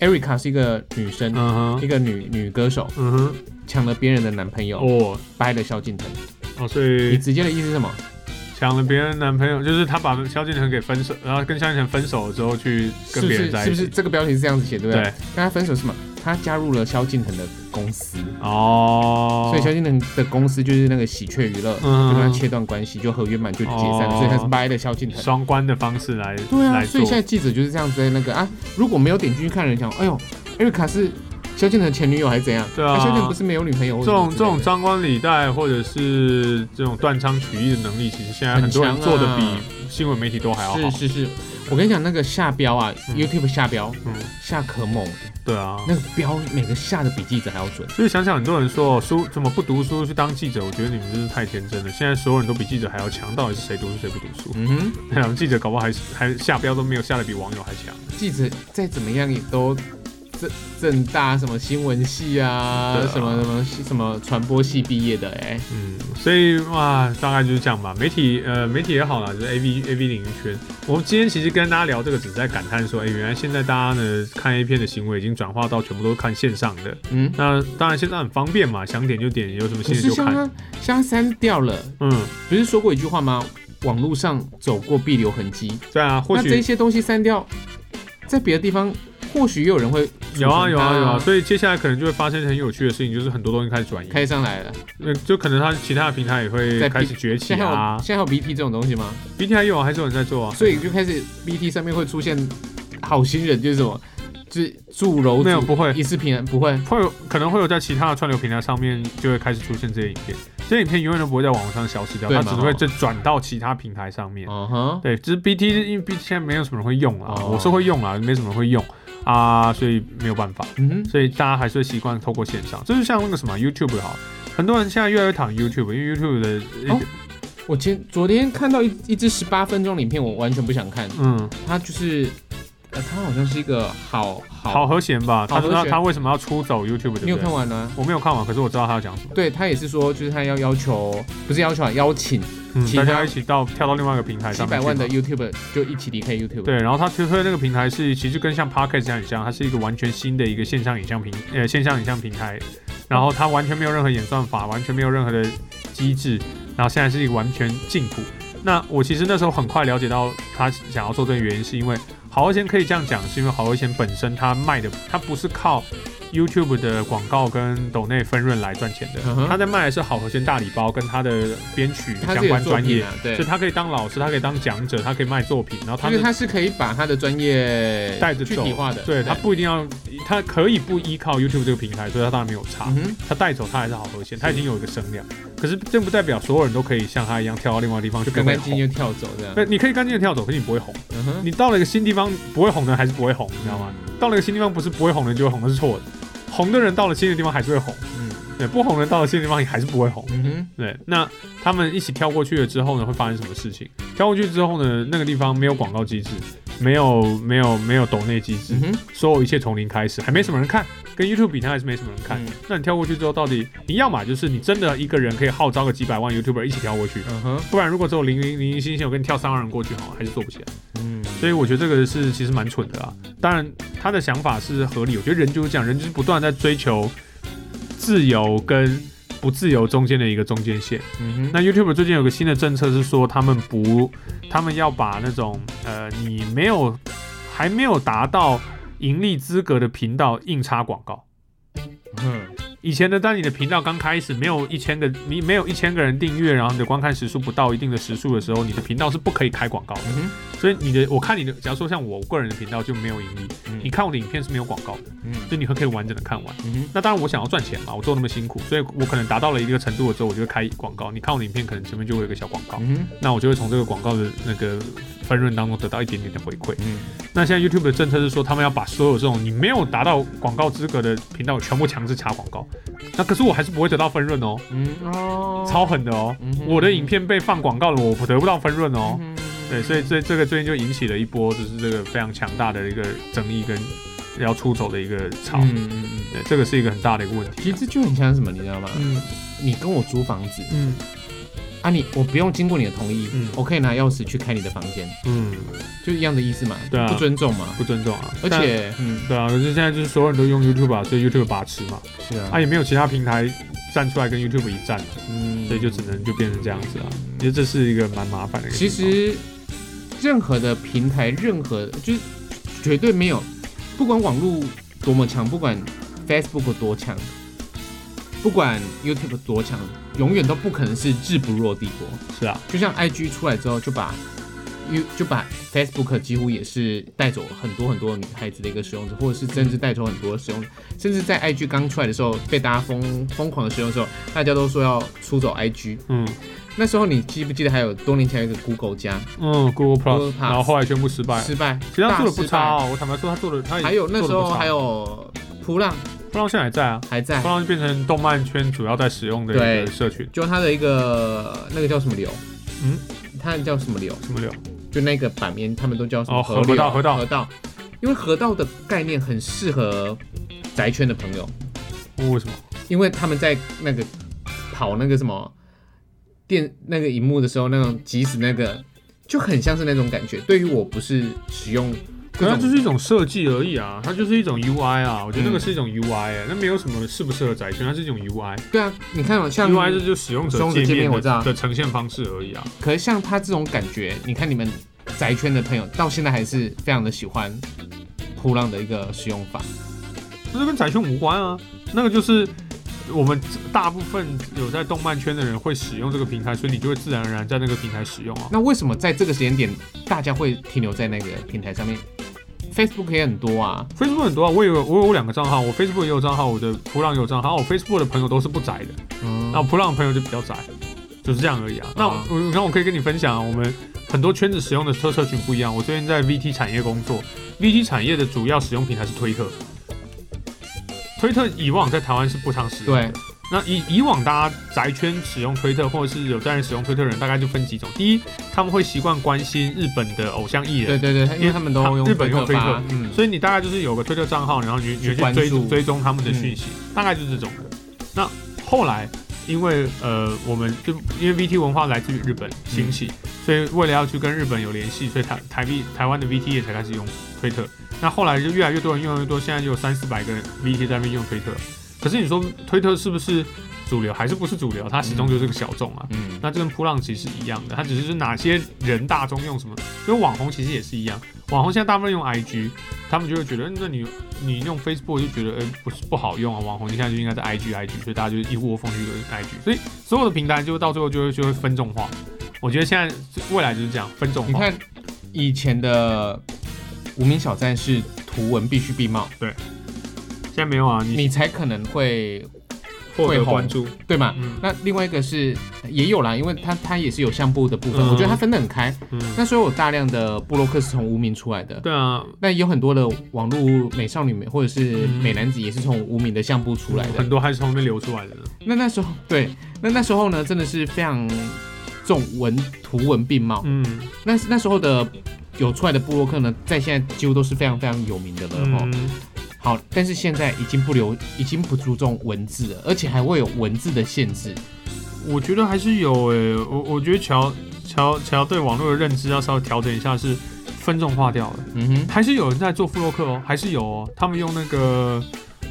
？Erica 是一个女生，嗯一哼，个女女歌手，嗯哼，抢了别人的男朋友，哦掰了萧敬腾。哦，所你以直接的意思是什么？抢了别人男朋友，就是他把萧敬腾给分手，然后跟萧敬腾分手之后去是跟不别是人在是一不起是。这个标题是这样子写，对不对？对，跟他分手是什么？他加入了萧敬腾的公司，哦，所以萧敬腾的公司就是那个喜鹊娱乐，嗯就跟他切断关系，就合约满就解散了，哦所以他是掰了萧敬腾。双关的方式来对啊，来所做以现在记者就是这样子在那个啊，如果没有点进去看的人讲，哎呦，艾瑞卡是萧敬腾的前女友还是怎样？对啊萧敬腾不是没有女朋友或这者什么种之这类的？种张冠李戴或者是这种断章取义的能力，其实现在很多人很强做的啊比新闻媒体都还要好。是是是，我跟你讲那个下标啊、嗯 y o u t u b e 下标嗯，下可猛，对啊。那个标每个下的比记者还要准。所以想想很多人说书怎么不读书去当记者，我觉得你们真是太天真了。现在所有人都比记者还要强，到底是谁读书谁不读书？ 嗯哼。那我们记者搞不好还还下标都没有下的比网友还强。记者再怎么样也都正正大什么新闻系啊，对啊什么什么系什么传播系毕业的哎、嗯，所以哇，大概就是这样吧。媒体呃，媒体也好啦，就是 A V A V 领域圈。我们今天其实跟大家聊这个，只是在感叹说，哎、原来现在大家呢看 A 片的行为已经转化到全部都看线上的。嗯，那当然现在很方便嘛，想点就点，有什么兴可趣是就像看。他像他删掉了，嗯，不是说过一句话吗？网络上走过必留痕迹，对啊，或那这许些东西删掉，在别的地方或许也有人会有啊储存它有啊有啊，所以接下来可能就会发生很有趣的事情，就是很多东西开始转移，开上来了。呃，就可能它其他的平台也会在开始崛起现在还有、啊。现在还有 BT 这种东西吗？ B T 还有啊，还是有人在做啊。所以就开始 BT 上面会出现好心人，就是什么，就是助柔没有组不会一视平安，不会。会有可能会有在其他的串流平台上面就会开始出现这些影片，这些影片永远都不会在网络上消失掉，对它嘛只会再转到其他平台上面。嗯哼，对，只是 BT 因为 BT 现在没有什么人会用啊，哦我是会用啊，没什么人会用啊，所以没有办法，嗯哼。所以大家还是会习惯透过线上，这就像那个什么 YouTube 好，很多人现在越来越讨厌 YouTube，因为 YouTube 的、哦我前昨天看到一一支十八分钟的影片，我完全不想看。嗯它就是，呃，它好像是一个好好，好和弦吧，他好和说他弦他为什么要出走 YouTube 对你有不看对？完呢？我没有看完，可是我知道他要讲什么。对他也是说，就是他要要求，不是要求啊，邀请嗯，其大他家一起到跳到另外一个平台几上百面去万嘛的 YouTube 就一起离开 YouTube。，对，然后它推推的那个平台是，其实跟像 Pocket 这样很像，它是一个完全新的一个线上影像平呃线上影像平台，然后它完全没有任何演算法，完全没有任何的机制，然后现在是一个完全净土。那我其实那时候很快了解到他想要做这个原因，是因为好和弦可以这样讲，是因为好和弦本身它卖的它不是靠 YouTube 的广告跟抖内分润来赚钱的。嗯哼他在卖的是好和弦大礼包跟他的编曲他相是有关作专业品，啊，对所以，他可以当老师，他可以当讲者，他可以卖作品，然后他就是是他是可以把他的专业带着具走体化的，对他不一定要，他可以不依靠 YouTube 这个平台，所以他当然没有差。嗯哼，他带走他还是好和弦，他已经有一个声量，可是并不代表所有人都可以像他一样跳到另外地方去就干跟干净红。净就跳走这样那，你可以干净的跳走，可是你不会红。嗯哼，你到了一个新地方不会红的还是不会嗯红，你知道吗？到了一个新地方不是不会红的就会红，那是错的。红的人到了新的地方还是会红，嗯对，不红的人到了新的地方也还是不会红。嗯哼，对，那他们一起跳过去了之后呢，会发生什么事情？跳过去之后呢，那个地方没有广告机制，没有没有没有抖内机制嗯，哼，所有一切从零开始，还没什么人看，跟 YouTube 比，它还是没什么人看。嗯那你跳过去之后，到底你要嘛就是你真的一个人可以号召个几百万 YouTuber 一起跳过去，嗯哼，不然如果只有零零零零星星，我跟你跳三万人过去哦哈，还是做不起来。嗯，所以我觉得这个是其实蛮蠢的啦。啊当然，他的想法是合理，我觉得人就是这样，人就是不断在追求自由跟不自由中间的一个中间线。嗯哼，那 YouTube 最近有个新的政策是说，他们不，他们要把那种呃你没有还没有达到盈利资格的频道硬插广告。嗯以前呢，当你的频道刚开始没有一千个你没有一千个人订阅，然后你的观看时数不到一定的时数的时候，你的频道是不可以开广告的。嗯哼，所以你的，我看你的，假如说像我个人的频道就没有盈利，嗯你看我的影片是没有广告的，嗯就你可以完整的看完。嗯哼，那当然我想要赚钱嘛，我做那么辛苦，所以我可能达到了一个程度了之后，我就会开广告。你看我的影片，可能前面就会有一个小广告，嗯哼，那我就会从这个广告的那个分润当中得到一点点的回馈。嗯那现在 YouTube 的政策是说，他们要把所有这种你没有达到广告资格的频道全部强制插广告。那可是我还是不会得到分润哦，嗯哦，超狠的哦嗯哼，我的影片被放广告了，我得不到分润哦。嗯哼，对，所以这这个最近就引起了一波，就是这个非常强大的一个争议跟要出走的一个潮。嗯嗯嗯嗯，对，这个是一个很大的一个问其题。实这就很像什么，你知道吗？嗯你跟我租房子嗯啊你，我不用经过你的同意，嗯我可以拿钥匙去开你的房间，嗯，就一样的意思嘛，对啊不尊重嘛，不尊重啊。而但且，嗯，对啊，可是现在就是所有人都用 YouTube 啊，所以 YouTube 把持嘛，是啊啊，也没有其他平台站出来跟 YouTube 一战，嗯，所以就只能就变成这样子啊。其实这是一个蛮麻烦的一个地其方。实任何的平台，任何就是绝对没有，不管网络多么强，不管 Facebook 多强，不管 YouTube 多强，永远都不可能是日不落帝国。是啊，就像 IG 出来之后，就把 You 就把 Facebook 几乎也是带走很多很多女孩子的一个使用者，或者是甚至带走很多使用者，甚至在 IG 刚出来的时候，被大家疯疯狂的使用的时候，大家都说要出走 IG。嗯那时候你记不记得还有多年前有一个 Google 家嗯，Google Google Plus， Plus 然后后来宣布失败。失败，其实他大做的不失败差。哦，我坦白说，他做的他也还有那做时得不候差还有扑浪波浪现在还在啊，还在波，浪就变成动漫圈主要在使用的一对个社群，就它的一个那个叫什么流，嗯，它叫什么流？什么流？就那个版面，他们都叫什么哦河河流、道河道河道，因为河道的概念很适合宅圈的朋友，哦为什么？因为他们在那个跑那个什么电那个荧幕的时候，那种即使那个就很像是那种感觉。对于我不是使用可这能种，啊就是一种设计而已啊，它就是一种 UI 啊，我觉得那个嗯是一种 UI，、欸那没有什么适不适合宅圈，它是一种 UI。对啊，你看哦，像 UI 这就是使用者使用者界界面面的我知道的呈现方式而已啊。可是像他这种感觉，你看你们宅圈的朋友到现在还是非常的喜欢扑浪的一个使用法。那就跟宅圈无关啊，那个就是我们大部分有在动漫圈的人会使用这个平台，所以你就会自然而然在那个平台使用啊。那为什么在这个时间点大家会停留在那个平台上面？Facebook 也很多啊， Facebook 很多啊，我有我有两个账号，我 Facebook 也有账号，我的普浪也有账号，我 Facebook 的朋友都是不宅的。嗯，那普朗的朋友就比较窄，就是这样而已啊。那我啊我那我可以跟你分享啊，我们很多圈子使用的社社群不一样。我最近在 VT 产业工作，VT 产业的主要使用平台是推特。推特以往在台湾是不常使用的对，那以以往大家宅圈使用推特，或者是有在人使用推特的人，大概就分几种。第一，他们会习惯关心日本的偶像艺人，对对对，因为他们都用日本用推推发特，嗯，所以你大概就是有个推特账号，然后你你就去关注嗯追追踪他们的讯息，大概就是这种的。那后来因为呃，我们就因为 VT 文化来自于日本兴起，嗯所以为了要去跟日本有联系，所以台台币台湾的 VT 也才开始用推特。那后来就越来越多人用越多，现在就有三四百个人 VT 在那边用推特。可是你说推特是不是主流，还是不是主流？它始终就是个小众啊。嗯那这跟扑浪其实是一样的，它只是哪些人大众用什么，因为网红其实也是一样，网红现在大部分用 IG，他们就会觉得，嗯那你你用 Facebook 就觉得，哎、不是不好用啊，网红现在就应该是 IG IG，所以大家就一窝蜂去用 IG，所以所有的平台就到最后就会就会分众化。我觉得现在未来就是这样分众你化。看以前的无名小站是图文必须必貌，现在没有啊，你你才可能会获会得红关注，对嘛？嗯那另外一个是也有啦，因为它它也是有相簿的部分，嗯我觉得它分得很开。嗯，那所以有大量的布洛克是从无名出来的，对啊，那有很多的网络美少女美或嗯者是美男子也是从无名的相簿出来的。很多还是从那边流出来的。那那时候对，那那时候呢，真的是非常重文图文并茂。嗯那那时候的有出来的布洛克呢，在现在几乎都是非常非常有名的了哈、嗯，好，但是现在已经不留，已经不注重文字了，而且还会有文字的限制。我觉得还是有诶、我我觉得乔乔乔对网络的认知要稍微调整一下，是分众化掉了。嗯哼，还是有人在做布洛克哦，还是有哦，他们用那个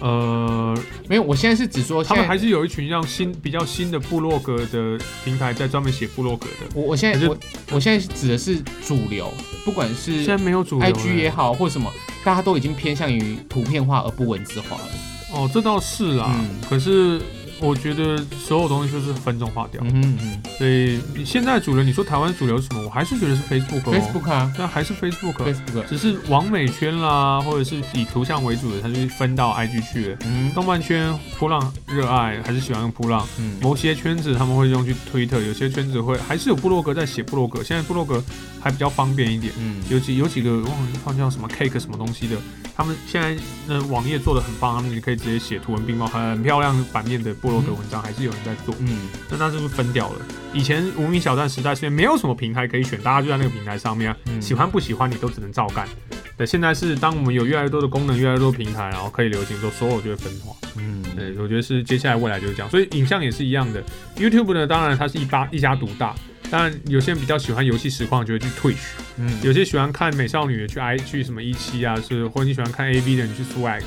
呃，没有，我现在是只说他现们在还，是有一群让新比较新的布洛格的平台在专门写布洛格的，我我现还在是我我现在指的是主流，不管现是在没有主流 IG 也了好或什么，大家都已经偏向于图片化而不文字化了。哦，这倒是啦，嗯可是。我觉得所有东西就是分众化掉，嗯哼嗯哼所以现在主流，你说台湾主流是什么，我还是觉得是 Facebook 哦，Facebook 啊那还是 Facebook，哦，Facebook，只是网美圈啦，或者是以图像为主的，它就分到 IG 去了。嗯动漫圈扑浪热爱，还是喜欢用扑浪，嗯，某些圈子他们会用去推特，有些圈子会还是有部落格在写部落格，现在部落格还比较方便一点。嗯有几有几个忘了忘记叫什么 cake 什么东西的，他们现在那网页做的很棒，他们也可以直接写图文并茂，很漂亮版面的部落格文章，还是有人在做。嗯，那它是不是分掉了？以前无名小站时代，虽然没有什么平台可以选，大家就在那个平台上面、啊，嗯喜欢不喜欢你都只能照干。对，现在是当我们有越来越多的功能，越来越多平台，然后可以流行之后，所有就会分化。嗯，对，我觉得是接下来未来就是这样，所以影像也是一样的。YouTube 呢，当然它是一家一家独大，当然有些人比较喜欢游戏实况，就会去 Twitch；嗯，有些喜欢看美少女的去 I 去什么一期啊，是或者你喜欢看 AV 的，你去 Swag。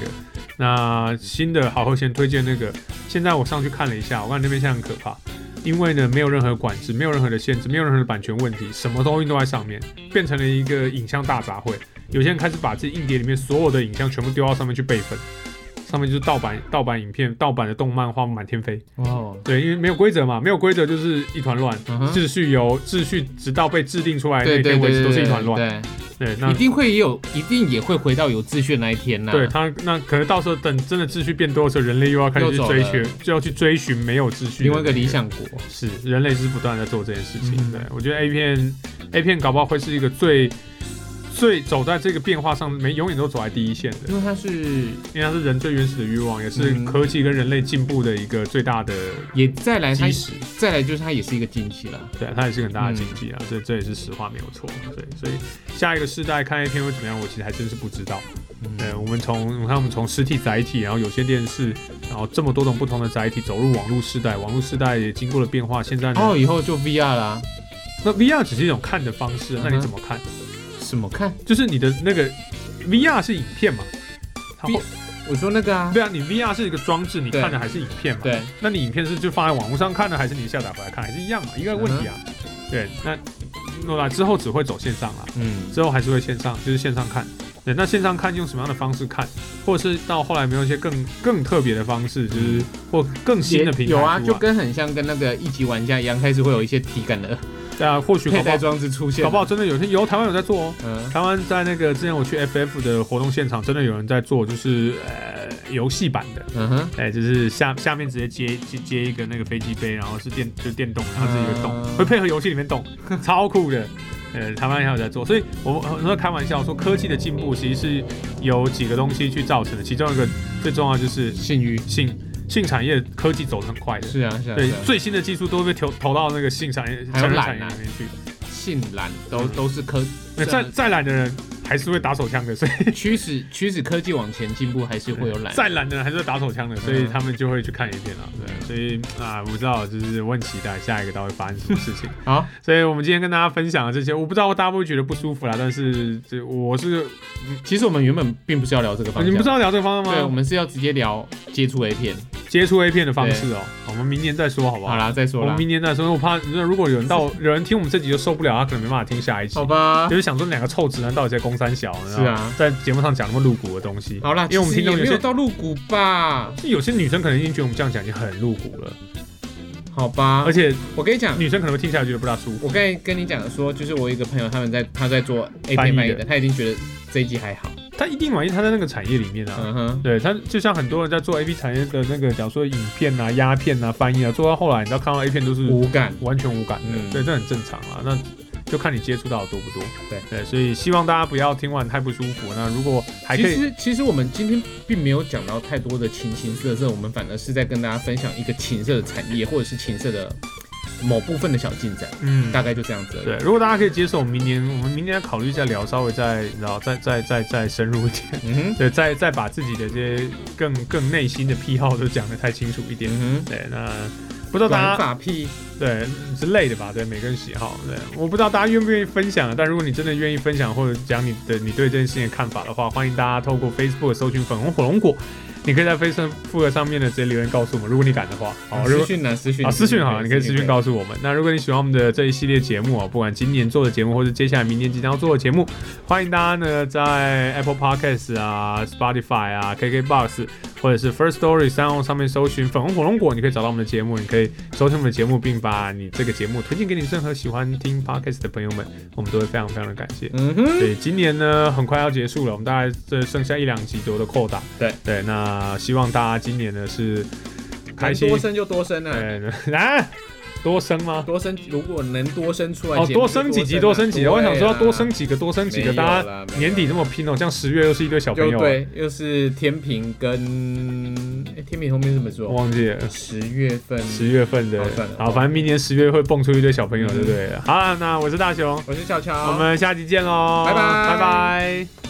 那新的好后先推荐那个，现在我上去看了一下，我看那边现在很可怕，因为呢没有任何管制，没有任何的限制，没有任何的版权问题，什么东西都在上面，变成了一个影像大杂烩。有些人开始把自己硬碟里面所有的影像全部丢到上面去备份，上面就是盗版、盗版影片、盗版的动漫画满天飞。哦，对，因为没有规则嘛，没有规则就是一团乱，嗯哼秩序由秩序直到被制定出来那对对天对为止对，都是一团乱。对，对，那一定啊会有，一定也会回到有秩序的那一天呐。对，他那可能到时候等真的秩序变多的时候，人类又要开始去又走追了寻，就要去追寻没有秩序的另外一个那理想国，是人类是不断地在做这件事情。嗯对我觉得 A 片 A 片搞不好会是一个最最走在这个变化上，没永远都走在第一线的，因为它是因为它是人最原始的欲望，也是嗯科技跟人类进步的一个最大的也再来它基石。再来就是它也是一个惊喜了。对，它也是个很嗯大的经济啊，这这也是实话没有错。对，所以下一个世代看 A 片会怎么样，我其实还真是不知道。对，我们从我看我们从实体载体，然后有线电视，然后这么多种不同的载体走入网络世代，网络世代也经过了变化。现在呢，哦，以后就 VR 啦，那 VR 只是一种看的方式啊，那嗯你哼怎么看？什么看？就是你的那个 VR 是影片嘛？它 V- 我说那个啊，对啊，你 VR 是一个装置，你对看的还是影片嘛？对，那你影片是就放在网络上看呢，还是你下载回来看，还是一样嘛？一个问题啊。嗯对，那诺拉之后只会走线上啊啦。嗯，之后还是会线上，就是线上看。对，那线上看用什么样的方式看，或者是到后来有没有一些更更特别的方式，就是或更新的平台嗯有啊，出来就跟很像跟那个一级玩家一样，开始会有一些体感的对啊，或许搞佩不戴啊好装置出现，搞不好真的有些有台湾有在做哦。嗯，台湾在那个之前我去 FF 的活动现场，真的有人在做，就是呃游戏版的，嗯哼，哎、就是下下面直接接接接一个那个飞机杯，然后是电就电动，然后自己会动，嗯会配合游戏里面动， 超酷的。呃，台湾也有在做，所以我们很多开玩笑说，科技的进步其实是有几个东西去造成的，其中一个最重要就是信誉性性产业科技走得很快的，是啊是啊，对是啊最新的技术都被投投到那个性产业、还有成人懒产业啊里面去。性懒都嗯都 是科那再再懒的人还是会打手枪的，所以驱使驱使科技往前进步，还是会有 懒。再懒的人还是会打手枪的，所以他们就会去看一遍了。对，嗯所以啊，我不知道，就是我很期待下一个到底会发生什么事情。 好，所以我们今天跟大家分享的这些，我不知道大家会不会觉得不舒服啦，但是这我是呃其实我们原本并不是要聊这个方你向，们不是要聊这个方对，向我吗？们是要直接聊接触 A 片，接触 A 片的方式哦。好我们明年再说好不好？好啦，再说我啦们，明年再说，我怕如果有人到有人听我们这集就受不了，他可能没办法听下一集。好吧就，是想说两个臭直男到底在攻三小，你知道吗哦是啊在节目上讲那么露骨的东西。好啦，因为我们其听实也众有没有些到入股吧，有些女生可能已经觉得我们这样讲已经很露骨了，好吧，而且我跟你讲，女生可能会听下来觉得不大舒服。我刚才跟你讲说，就是我有一个朋友，他们在他在做 A 翻译片的翻译的，他已经觉得这一集还好，她一定满意，她在那个产业里面啊。嗯哼，对他就像很多人在做 A P 产业的那个，假如说影片啊、鸦片啊、翻译啊，做到后来，你知道看到 A 片都是无感，完全无感的，嗯对，这很正常啊。那就看你接触到的多不多。对对，所以希望大家不要听完太不舒服。那如果还可其以，实其实我们今天并没有讲到太多的情形色色，我们反而是在跟大家分享一个情色的产业，或者是情色的某部分的小进展，嗯，大概就这样子而已。对，如果大家可以接受，我们明年我们明年考虑一下聊，稍微再然后再再再再深入一点， 嗯哼，对，再再把自己的这些更更内心的癖好都讲得太清楚一点。嗯对，那不知道哼，大家短发癖，对之类的吧，对每个人喜好，对，我不知道大家愿不愿意分享，但如果你真的愿意分享或者讲你的你对这件事情的看法的话，欢迎大家透过 Facebook 搜寻粉红火龙果，你可以在 Facebook 上面呢直接留言告诉我们，如果你敢的话，好，如私果讯呢？私讯啊，私讯好了，你可以私讯我。告诉我们。那如果你喜欢我们的这一系列节目啊，不管今年做的节目，或者接下来明年即将要做的节目，欢迎大家呢在 Apple Podcast 啊、Spotify 啊、KKBox 或者是 First Story 三红上面搜寻“粉红火龙果”，你可以找到我们的节目，你可以收听我们的节目，并把你这个节目推荐给你任何喜欢听 Podcast 的朋友们，我们都会非常非常的感谢。嗯哼，对，今年呢很快要结束了，我们大概这剩下一两集左右的扣打。对对，那希望大家今年呢是开能心多生就多生啊，对，啊，多生吗？多生如果能多生出来哦，节目多就生几集，啊多生几集。我想说要对啊多生几个，多生几个。没有大家啦没有年底这么拼哦，这样十月又是一堆小朋就友啊，对，又是天平跟、诶天平后面是怎么我说？忘记了。十月份，十月份的好算了，好，反正明年十月会蹦出一堆小朋友，嗯对不对？好啦，那我是大雄，我是巧巧，我们下期见喽，拜拜拜拜。